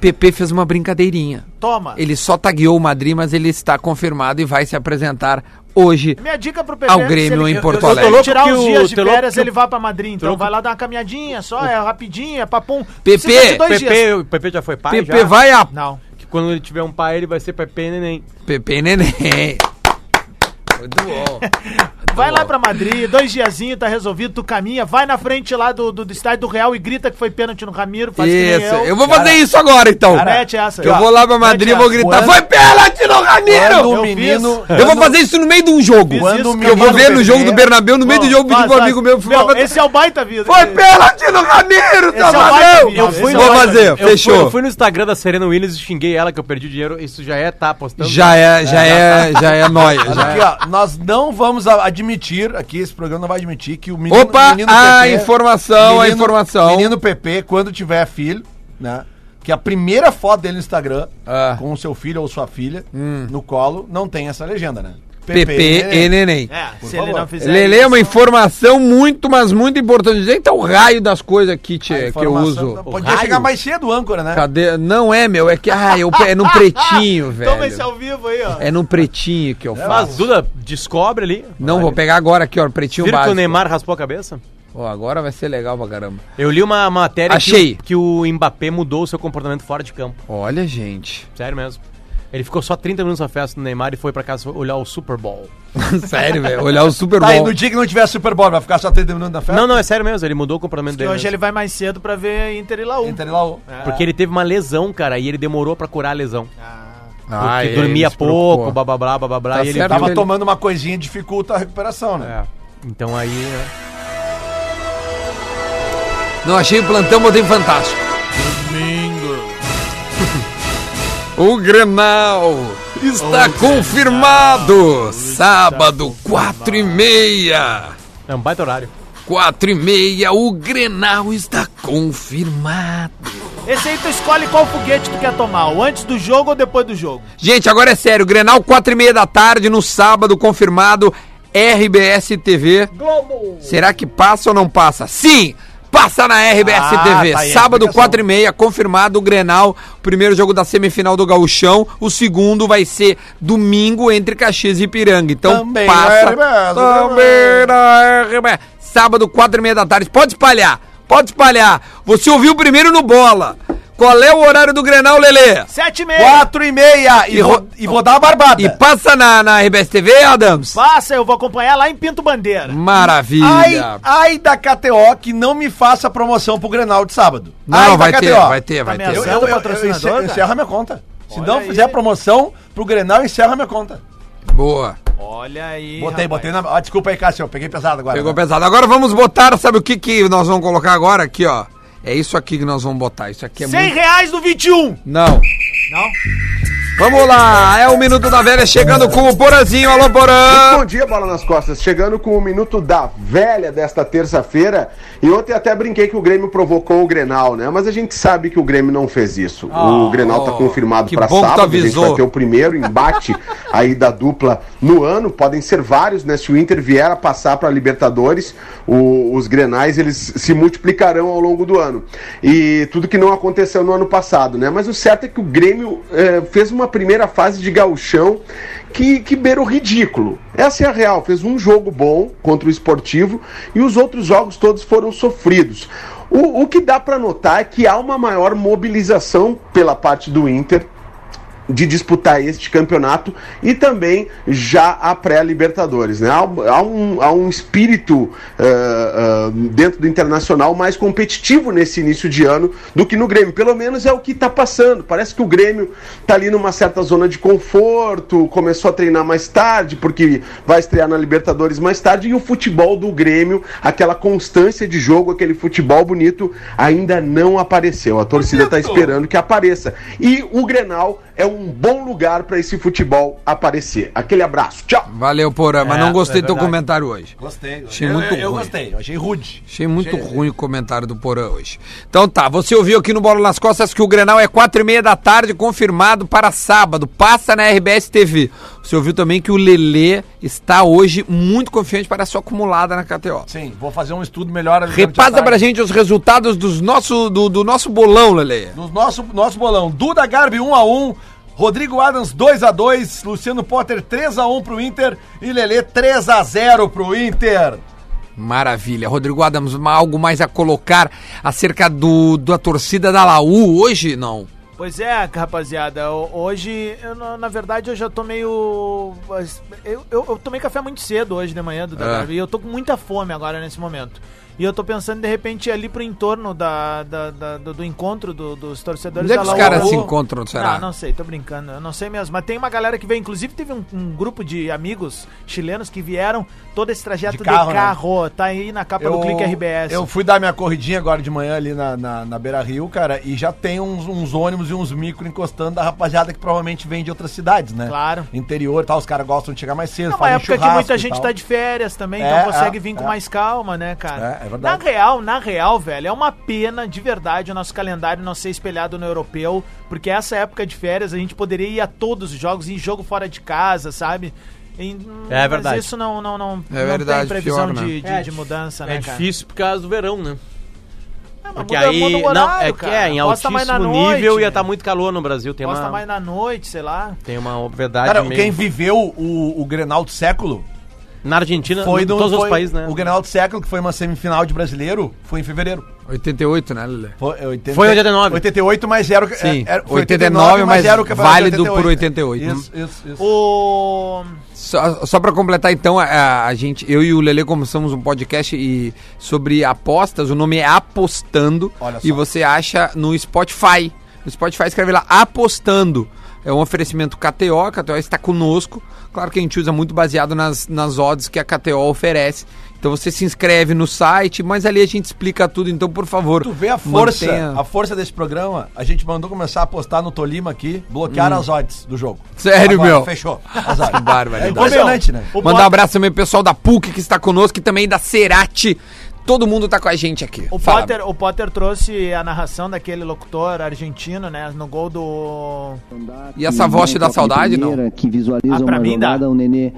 Speaker 2: PP fez uma brincadeirinha.
Speaker 5: Toma.
Speaker 2: Ele só tagueou o Madrid, mas ele está confirmado e vai se apresentar hoje
Speaker 5: Minha dica pro PP
Speaker 2: Ao
Speaker 5: é que
Speaker 2: Ah, Grêmio
Speaker 5: se
Speaker 2: em
Speaker 5: eu-
Speaker 2: Porto
Speaker 5: eu- eu tô
Speaker 2: Alegre.
Speaker 5: louco Tirar
Speaker 3: que
Speaker 5: os
Speaker 3: o-
Speaker 5: dias de
Speaker 3: tô louco
Speaker 5: férias,
Speaker 3: que o-
Speaker 5: ele vai pra Madrid. Então
Speaker 3: louco-
Speaker 5: vai lá dar uma caminhadinha só, é rapidinho, é papum.
Speaker 2: PP,
Speaker 5: Precisa de dois dias.
Speaker 3: Pepe, o Pepe já foi pai?
Speaker 2: PP
Speaker 3: Ah, já?
Speaker 2: vai a
Speaker 5: Não.
Speaker 3: Que quando ele tiver um pai, ele vai ser Pepe e Neném.
Speaker 2: Pepe Neném. Muito bom.
Speaker 5: Vai lá pra Madrid, dois diazinhos, tá resolvido, tu caminha, vai na frente lá do, do, do estádio do Real e grita que foi pênalti no Ramiro, faz que nem
Speaker 2: Isso. Eu vou
Speaker 6: Cara,
Speaker 2: fazer isso agora, então.
Speaker 5: cara, mete essa.
Speaker 2: eu vou lá pra Madrid e vou
Speaker 5: Mete
Speaker 2: gritar:
Speaker 6: Quando-
Speaker 2: Foi pênalti no
Speaker 6: Quando
Speaker 2: Ramiro!
Speaker 5: Eu
Speaker 6: o menino...
Speaker 5: fiz.
Speaker 2: Eu vou fazer isso no meio de um jogo.
Speaker 5: Fiz
Speaker 6: Quando
Speaker 5: isso,
Speaker 6: o
Speaker 5: cara.
Speaker 6: menino
Speaker 2: Eu vou ver no jogo do
Speaker 6: Bernardo.
Speaker 2: Bernabéu, no meio do jogo,
Speaker 5: é. Faz,
Speaker 2: pedir pro
Speaker 5: faz.
Speaker 2: amigo meu.
Speaker 5: Meu,
Speaker 2: "Foi-
Speaker 5: esse é o baita vida.
Speaker 2: Foi pênalti no Ramiro,
Speaker 5: é o baita
Speaker 2: Tamarão!
Speaker 5: menino, esse é o
Speaker 2: Vou
Speaker 5: baita
Speaker 2: fazer,
Speaker 3: Eu fui, eu
Speaker 2: fechou.
Speaker 3: fui no Instagram da Serena Williams e xinguei ela que eu perdi dinheiro. Isso já é, tá apostando?
Speaker 2: Já é, já é, já é nóia.
Speaker 6: Olha
Speaker 2: já é.
Speaker 6: Aqui, ó, nós não vamos a- admitir, aqui esse programa não vai admitir que o menino,
Speaker 2: Opa,
Speaker 6: menino
Speaker 2: a informação, a informação.
Speaker 6: Menino PP, quando tiver filho, né? Que a primeira foto dele no Instagram,
Speaker 2: Ah. Hum.
Speaker 6: com o seu filho ou sua filha, no colo, não tem essa legenda, né?
Speaker 2: PP e Neném.
Speaker 5: É,
Speaker 6: Por
Speaker 5: se
Speaker 6: favor.
Speaker 5: ele não fizer
Speaker 2: Lele é
Speaker 5: isso-
Speaker 2: uma informação muito, mas muito importante. Eita, o raio das coisas aqui, tchê, que eu
Speaker 5: tá
Speaker 2: uso.
Speaker 6: Podia chegar mais cedo, âncora, né?
Speaker 2: Cadê? Não é, meu, é que. Ah, eu, é no pretinho, velho.
Speaker 3: Então
Speaker 5: Toma esse ao vivo aí, ó.
Speaker 2: É no pretinho que eu faço.
Speaker 3: Mas Duda, descobre ali.
Speaker 2: Não, vou pegar agora aqui, ó, pretinho
Speaker 3: Viram que o
Speaker 2: básico.
Speaker 3: Neymar raspou a cabeça?
Speaker 2: Ó, agora vai ser legal pra caramba.
Speaker 3: Eu li uma matéria que
Speaker 2: Achei.
Speaker 3: o- que o Mbappé mudou o seu comportamento fora de campo.
Speaker 2: Olha, gente.
Speaker 3: Sério mesmo. Ele ficou só 30 minutos na festa do Neymar e foi pra casa olhar o Super Bowl.
Speaker 2: Sério, velho. Olhar o Super
Speaker 6: Tá, e
Speaker 2: Bowl.
Speaker 6: no dia que não tiver Super Bowl, vai ficar só 30 minutos na festa?
Speaker 3: Não, não, é sério mesmo. Ele mudou o comportamento
Speaker 5: Que
Speaker 3: dele.
Speaker 5: hoje
Speaker 3: mesmo.
Speaker 5: ele vai mais cedo pra ver Inter e Laú.
Speaker 6: Entra lá o...
Speaker 2: É.
Speaker 3: Porque ele teve uma lesão, cara, e ele demorou pra curar a lesão.
Speaker 2: Ah,
Speaker 3: porque
Speaker 2: é,
Speaker 3: dormia
Speaker 2: ele se preocupou.
Speaker 3: pouco, blá blá blá blá blá, blá.
Speaker 2: Tá
Speaker 3: e ele
Speaker 2: certo.
Speaker 6: Tava
Speaker 2: ele-
Speaker 6: tomando uma coisinha, dificulta a recuperação, né?
Speaker 3: É. Então aí. né?
Speaker 2: Não achei o plantão, botei fantástico. Domingo. O Grenal está confirmado. Sábado, quatro e meia.
Speaker 3: É um baita horário.
Speaker 2: Quatro e meia, o Grenal está confirmado.
Speaker 5: Esse aí tu escolhe qual foguete tu quer tomar, o antes do jogo ou depois do jogo.
Speaker 2: Gente, agora é sério. Grenal, quatro e meia da tarde, no sábado, confirmado. RBS TV. Será que passa ou não passa? Sim! Passa na RBS
Speaker 6: Ah,
Speaker 2: TV.
Speaker 6: tá aí a
Speaker 2: Sábado,
Speaker 6: explicação.
Speaker 2: 4 e meia, confirmado o Grenal. Primeiro jogo da semifinal do Gauchão. O segundo vai ser domingo entre Caxias e Ipiranga. Então
Speaker 6: Também
Speaker 2: passa.
Speaker 6: na RBS,
Speaker 2: também na RBS. Sábado, 4 e meia da tarde. Pode espalhar. Pode espalhar. Você ouviu primeiro no Bola. Qual é o horário do Grenal, Lelê?
Speaker 5: Sete e meia.
Speaker 6: Quatro e meia! E,
Speaker 2: É. E
Speaker 6: vou,
Speaker 2: ro-
Speaker 6: e vou dar uma barbada.
Speaker 2: E passa na, na RBS TV, Adams?
Speaker 5: Passa, eu vou acompanhar lá em Pinto Bandeira.
Speaker 6: Ai,
Speaker 2: Maravilha.
Speaker 6: ai da KTO que não me faça promoção pro Grenal de sábado. ai
Speaker 2: Não,
Speaker 6: da
Speaker 2: vai
Speaker 6: KTO.
Speaker 2: ter, vai ter, vai
Speaker 5: Tá
Speaker 2: ter.
Speaker 6: Eu,
Speaker 5: Zero
Speaker 6: eu, eu, eu
Speaker 5: patrocinador,
Speaker 6: encerro,
Speaker 5: cara.
Speaker 6: encerro a minha conta. Se
Speaker 5: Olha
Speaker 6: não
Speaker 5: aí.
Speaker 6: fizer promoção pro Grenal, encerra a minha conta.
Speaker 2: Boa.
Speaker 5: Olha aí.
Speaker 6: botei,
Speaker 5: rapaz.
Speaker 6: botei na. Ó, desculpa aí, Cássio, eu peguei pesado agora. né?
Speaker 2: Pegou pesado. Agora vamos botar, sabe o que, que nós vamos colocar agora aqui, ó? É isso aqui que nós vamos botar. Isso aqui é
Speaker 5: 100
Speaker 2: muito...
Speaker 5: reais no 21.
Speaker 2: Não.
Speaker 5: Não?
Speaker 9: Vamos lá, é o Minuto da Velha chegando com o Porazinho. Alô, Porã!
Speaker 10: Bom dia, Bola nas Costas. Chegando com o minuto da velha desta terça-feira. E ontem até brinquei que o Grêmio provocou o Grenal, né? Mas a gente sabe que o Grêmio não fez isso. o Grenal tá confirmado
Speaker 9: Ah, oh, que
Speaker 10: para
Speaker 9: bom que tu
Speaker 10: sábado. A gente
Speaker 9: avisou.
Speaker 10: vai ter o primeiro embate aí da dupla no ano. Podem ser vários, né? Se o Inter vier a passar para Libertadores, o- os Grenais eles se multiplicarão ao longo do ano. E tudo que não aconteceu no ano passado, né? Mas o certo é que o Grêmio eh, fez uma primeira fase de gauchão que, que beira o ridículo. Essa é a real. Fez um jogo bom contra o esportivo e os outros jogos todos foram sofridos. O, o que dá para notar é que há uma maior mobilização pela parte do Inter de disputar este campeonato e também já a pré-Libertadores. Né? Há, há um, há um espírito eh, eh, dentro do internacional mais competitivo nesse início de ano do que no Grêmio. Pelo menos é o que está passando. Parece que o Grêmio está ali numa certa zona de conforto, começou a treinar mais tarde, porque vai estrear na Libertadores mais tarde, e o futebol do Grêmio, aquela constância de jogo, aquele futebol bonito, ainda não apareceu. A torcida está esperando que apareça. E o Grenal é um bom lugar para esse futebol aparecer. Aquele abraço. Tchau.
Speaker 2: Valeu, Porã, mas
Speaker 6: É,
Speaker 2: não gostei
Speaker 6: é
Speaker 2: do teu
Speaker 6: verdade.
Speaker 2: comentário hoje.
Speaker 6: Gostei.
Speaker 2: Achei
Speaker 6: eu,
Speaker 2: muito
Speaker 6: eu, eu
Speaker 2: ruim.
Speaker 6: gostei. Eu achei rude.
Speaker 2: Achei muito ruim o comentário do Porã hoje. Então tá, você ouviu aqui no Bola nas Costas que o Grenal é quatro e meia da tarde, confirmado para sábado. Passa na RBS TV. Você ouviu também que o Lelê está hoje muito confiante para a sua acumulada na KTO.
Speaker 6: Sim, vou fazer um estudo melhor. ali durante a
Speaker 2: Repassa
Speaker 6: tarde.
Speaker 2: pra gente os resultados dos nosso, do, do nosso bolão, Lelê.
Speaker 6: No nosso, nosso bolão, Duda Garbi 1x1, Rodrigo Adams 2x2, Luciano Potter 3x1 pro Inter e Lelê 3x0 pro Inter.
Speaker 2: Maravilha. Rodrigo Adams, ma- algo mais a colocar acerca do, da torcida da Laú hoje? Não.
Speaker 5: Pois é, rapaziada, ho- hoje, eu não- na verdade, eu já tô meio. Eu, eu, eu tomei café muito cedo hoje de manhã, Duda,
Speaker 2: É.
Speaker 5: Garbi, e eu tô com muita fome agora nesse momento. E eu tô pensando, de repente, ali pro entorno da, da- da- do, do encontro do- dos torcedores
Speaker 2: Onde é que
Speaker 5: da
Speaker 2: os
Speaker 5: Laú.
Speaker 2: caras se encontram, será?
Speaker 5: Não, não sei, tô brincando, eu não sei mesmo. Mas tem uma galera que veio, inclusive teve um, um grupo de amigos chilenos que vieram todo esse trajeto
Speaker 6: De
Speaker 5: de
Speaker 6: carro,
Speaker 5: carro,
Speaker 6: né?
Speaker 5: tá aí na capa do Clique RBS.
Speaker 6: Eu fui dar minha corridinha agora de manhã ali na, na, na Beira Rio, cara, e já tem uns, uns ônibus e uns micro encostando da rapaziada que provavelmente vem de outras cidades, né?
Speaker 5: Claro.
Speaker 6: Interior e tal, os caras gostam de chegar mais cedo,
Speaker 5: É uma
Speaker 6: fazem
Speaker 5: época que
Speaker 6: churrasco
Speaker 5: muita
Speaker 6: e
Speaker 5: gente
Speaker 6: tal.
Speaker 5: tá de férias também,
Speaker 6: É,
Speaker 5: então consegue
Speaker 6: é,
Speaker 5: vir com
Speaker 6: é.
Speaker 5: mais calma, né, cara?
Speaker 6: É, é verdade.
Speaker 5: Na real, na real, velho, é uma pena de verdade o nosso calendário não ser espelhado no europeu, porque essa época de férias a gente poderia ir a todos os jogos, ir em jogo fora de casa, sabe? E, hum,
Speaker 3: É verdade.
Speaker 5: Mas isso não, não, não,
Speaker 2: É
Speaker 5: não
Speaker 2: verdade,
Speaker 5: tem previsão
Speaker 2: pior, né?
Speaker 5: de, de-
Speaker 3: É
Speaker 5: de mudança,
Speaker 3: É
Speaker 5: né, cara?
Speaker 3: difícil por causa do verão, né?
Speaker 5: É, mas
Speaker 3: Porque
Speaker 5: muda-
Speaker 3: aí.
Speaker 5: muda o
Speaker 3: não, é,
Speaker 5: horário,
Speaker 3: que
Speaker 5: cara.
Speaker 3: é em
Speaker 5: Posta
Speaker 3: altíssimo
Speaker 5: mais na
Speaker 3: nível
Speaker 5: noite,
Speaker 3: ia estar muito calor no Brasil. Tem
Speaker 5: Posta
Speaker 3: uma,
Speaker 5: mais na noite, sei lá.
Speaker 3: tem uma verdade
Speaker 6: Cara,
Speaker 3: meio-
Speaker 6: quem viveu o, o Grenal do século
Speaker 3: Na Argentina,
Speaker 6: foi
Speaker 3: em
Speaker 6: do,
Speaker 3: todos
Speaker 6: foi
Speaker 3: os países, né?
Speaker 6: O Grenal do século, que foi uma semifinal de brasileiro, foi em fevereiro.
Speaker 2: 88, né, Lelê?
Speaker 6: Foi, é, 80,
Speaker 3: Foi 89.
Speaker 6: 88, mas era, o- é,
Speaker 2: Sim,
Speaker 6: era- foi
Speaker 2: 89, mas
Speaker 6: era o campeonato de
Speaker 2: válido por
Speaker 3: né?
Speaker 2: 88.
Speaker 6: né? Isso, isso, isso.
Speaker 5: O...
Speaker 2: Só, só para completar, então, a, a gente, eu e o Lelê começamos um podcast e, sobre apostas. O nome é Apostando.
Speaker 6: Olha
Speaker 2: E
Speaker 6: só.
Speaker 2: você acha no Spotify. No Spotify escreve lá Apostando. É um oferecimento KTO, a KTO está conosco. Claro que a gente usa muito baseado nas, nas odds que a KTO oferece. Então você se inscreve no site, mas ali a gente explica tudo. Então, por favor,
Speaker 6: Tu vê a força,
Speaker 2: mantenha-
Speaker 6: a força desse programa. A gente mandou começar a apostar no Tolima aqui, bloquear as odds do jogo.
Speaker 2: Hum. Sério, meu?
Speaker 6: Fechou. As odds.
Speaker 2: Que barbaridade.
Speaker 6: É impressionante, né?
Speaker 5: O
Speaker 2: Mandar um
Speaker 5: Potter-
Speaker 2: abraço também pro pessoal da PUC que está conosco e também da Cerati. Todo mundo tá com a gente aqui.
Speaker 5: O
Speaker 6: é
Speaker 2: Fala.
Speaker 5: Potter, o Potter trouxe a narração daquele locutor argentino, né? No gol do.
Speaker 2: E essa voz te dá saudade, não?
Speaker 8: Que visualiza
Speaker 5: Ah, pra
Speaker 8: uma
Speaker 5: mim dá.
Speaker 8: jogada, o Nenê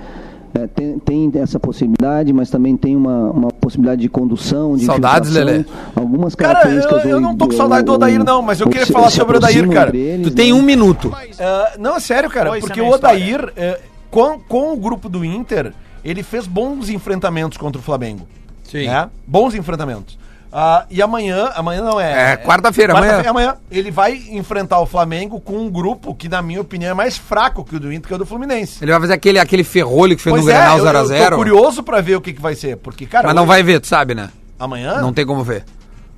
Speaker 8: é, tem, tem essa possibilidade, mas também tem uma, uma possibilidade de condução, de
Speaker 2: Saudades,
Speaker 8: infiltração.
Speaker 2: Lelê?
Speaker 8: Algumas
Speaker 6: Cara,
Speaker 8: características...
Speaker 6: eu- eu
Speaker 8: do-
Speaker 6: não tô com saudade do Odair, não, mas eu
Speaker 8: o-
Speaker 6: queria
Speaker 8: se-
Speaker 6: falar
Speaker 8: se
Speaker 6: sobre o Odair,
Speaker 8: aproximam
Speaker 6: cara.
Speaker 8: entre eles,
Speaker 2: Tu tem
Speaker 8: né?
Speaker 2: um minuto.
Speaker 6: Ah, não, é sério, cara,
Speaker 5: Pois,
Speaker 6: porque
Speaker 2: né,
Speaker 5: é a minha
Speaker 6: o Odair, eh, com, com o grupo do Inter, ele fez bons enfrentamentos contra o Flamengo.
Speaker 2: Sim.
Speaker 6: Né? Bons enfrentamentos. Ah, e amanhã, amanhã não é.
Speaker 2: É, quarta-feira,
Speaker 6: quarta-feira, amanhã. Ele vai enfrentar o Flamengo com um grupo que, na minha opinião, é mais fraco que o do Inter, que é o do Fluminense.
Speaker 2: Ele vai fazer aquele, aquele ferrolho que fez
Speaker 6: Pois é,
Speaker 2: no Granal
Speaker 6: eu- eu,
Speaker 2: 0x0.
Speaker 6: tô curioso pra ver o que, que vai ser, porque, cara,
Speaker 2: Mas não
Speaker 6: hoje-
Speaker 2: vai ver, tu sabe, né?
Speaker 6: amanhã
Speaker 2: Não tem como ver.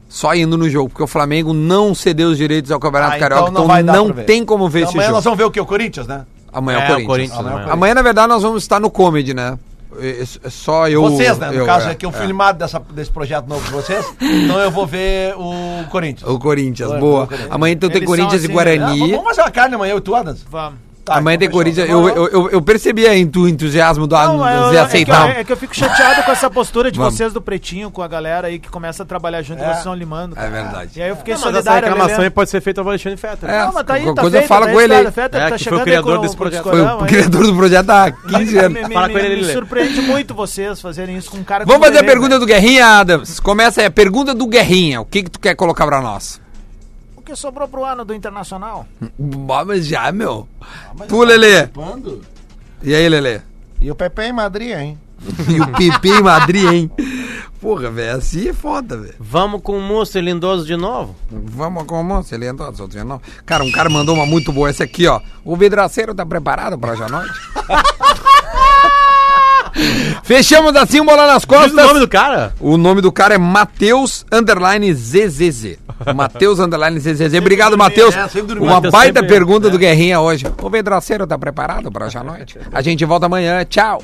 Speaker 2: Só indo no jogo, porque o Flamengo não cedeu os direitos ao Campeonato
Speaker 6: Ah,
Speaker 2: Carioca, então
Speaker 6: vai
Speaker 2: não,
Speaker 6: dar pra ver.
Speaker 2: tem como ver
Speaker 6: Então
Speaker 2: esse
Speaker 6: amanhã
Speaker 2: jogo.
Speaker 6: nós vamos ver o que? O Corinthians, né?
Speaker 2: Amanhã
Speaker 3: É,
Speaker 2: é,
Speaker 3: o
Speaker 2: o
Speaker 3: Corinthians,
Speaker 2: Corinthians.
Speaker 3: amanhã é o
Speaker 2: Amanhã,
Speaker 6: Corinthians.
Speaker 2: na verdade, nós vamos estar no Comedy, né? É, é só eu.
Speaker 6: vocês, né? No
Speaker 2: eu,
Speaker 6: caso, é, que eu fui limado dessa, desse projeto novo de vocês, então eu vou ver o Corinthians.
Speaker 2: O Corinthians,
Speaker 6: Boa,
Speaker 2: boa.
Speaker 6: boa, Corinthians.
Speaker 2: Amanhã então tem
Speaker 5: Eles são
Speaker 2: Corinthians e
Speaker 5: assim, né?
Speaker 6: Ah, tá,
Speaker 2: Guarani.
Speaker 6: vamos fazer uma carne amanhã, eu e tu, Adams?
Speaker 5: Vamos.
Speaker 2: Amanhã tem Corinthians. Eu, eu, eu, eu percebi aí tu- o entusiasmo do
Speaker 5: Não, eu-
Speaker 2: Arnaldo de
Speaker 5: eu- é, que eu,
Speaker 2: aceitar.
Speaker 5: é que eu fico chateado com essa postura de
Speaker 2: assim, Vamos.
Speaker 5: vocês do Pretinho, com a galera aí que começa a trabalhar junto e vocês estão limando.
Speaker 2: É verdade.
Speaker 5: E aí eu fiquei
Speaker 3: Não, mas essa
Speaker 5: solidário. né,
Speaker 3: reclamação
Speaker 5: Lelê.
Speaker 3: aí pode ser feita ao Alexandre Fetter.
Speaker 2: É,
Speaker 5: Não, mas tá aí,
Speaker 2: qualquer
Speaker 5: tá
Speaker 2: coisa
Speaker 5: feito,
Speaker 2: fala
Speaker 5: tá
Speaker 2: com ele aí.
Speaker 5: Fetter,
Speaker 3: É,
Speaker 5: tá
Speaker 3: que foi o
Speaker 5: chegando aí
Speaker 3: criador
Speaker 5: com-
Speaker 3: desse
Speaker 5: com o
Speaker 3: projeto.
Speaker 2: Foi
Speaker 5: discorão
Speaker 2: o
Speaker 5: aí.
Speaker 2: criador do projeto há 15 anos.
Speaker 5: Me, me,
Speaker 3: Fala
Speaker 5: me,
Speaker 3: com ele,
Speaker 5: me
Speaker 3: Lelê.
Speaker 5: surpreende muito vocês fazerem isso com um cara
Speaker 2: Vamos
Speaker 5: como
Speaker 2: fazer a
Speaker 5: Lelê,
Speaker 2: pergunta do Guerrinha, Adams. Começa aí, a pergunta do Guerrinha. O que, que tu quer colocar pra nós?
Speaker 5: velho. O que sobrou pro ano do Internacional?
Speaker 2: Bom, mas já, meu. tu, Lelê. E aí, Lelê?
Speaker 6: E o Pepe é em Madrid, hein?
Speaker 2: E o Pepe em Madrid, hein? Porra, velho, assim é foda, velho.
Speaker 3: Vamos com o moço e lindoso de novo?
Speaker 2: Vamos com o moço, ele entrou, só tinha nove. Cara, um cara mandou uma muito boa, essa aqui, ó. O vidraceiro tá preparado pra hoje à noite? Fechamos assim, um bola nas costas.
Speaker 3: Diz o
Speaker 6: tá
Speaker 3: nome do cara?
Speaker 2: O nome do cara é Matheus Underline ZZZ. Matheus Underline ZZZ. Obrigado, Matheus. Uma
Speaker 3: Matheus
Speaker 2: baita
Speaker 3: né? sempre- é.
Speaker 2: pergunta do Guerrinha hoje. O Vedraceiro tá preparado para hoje à noite? A gente volta amanhã. Tchau.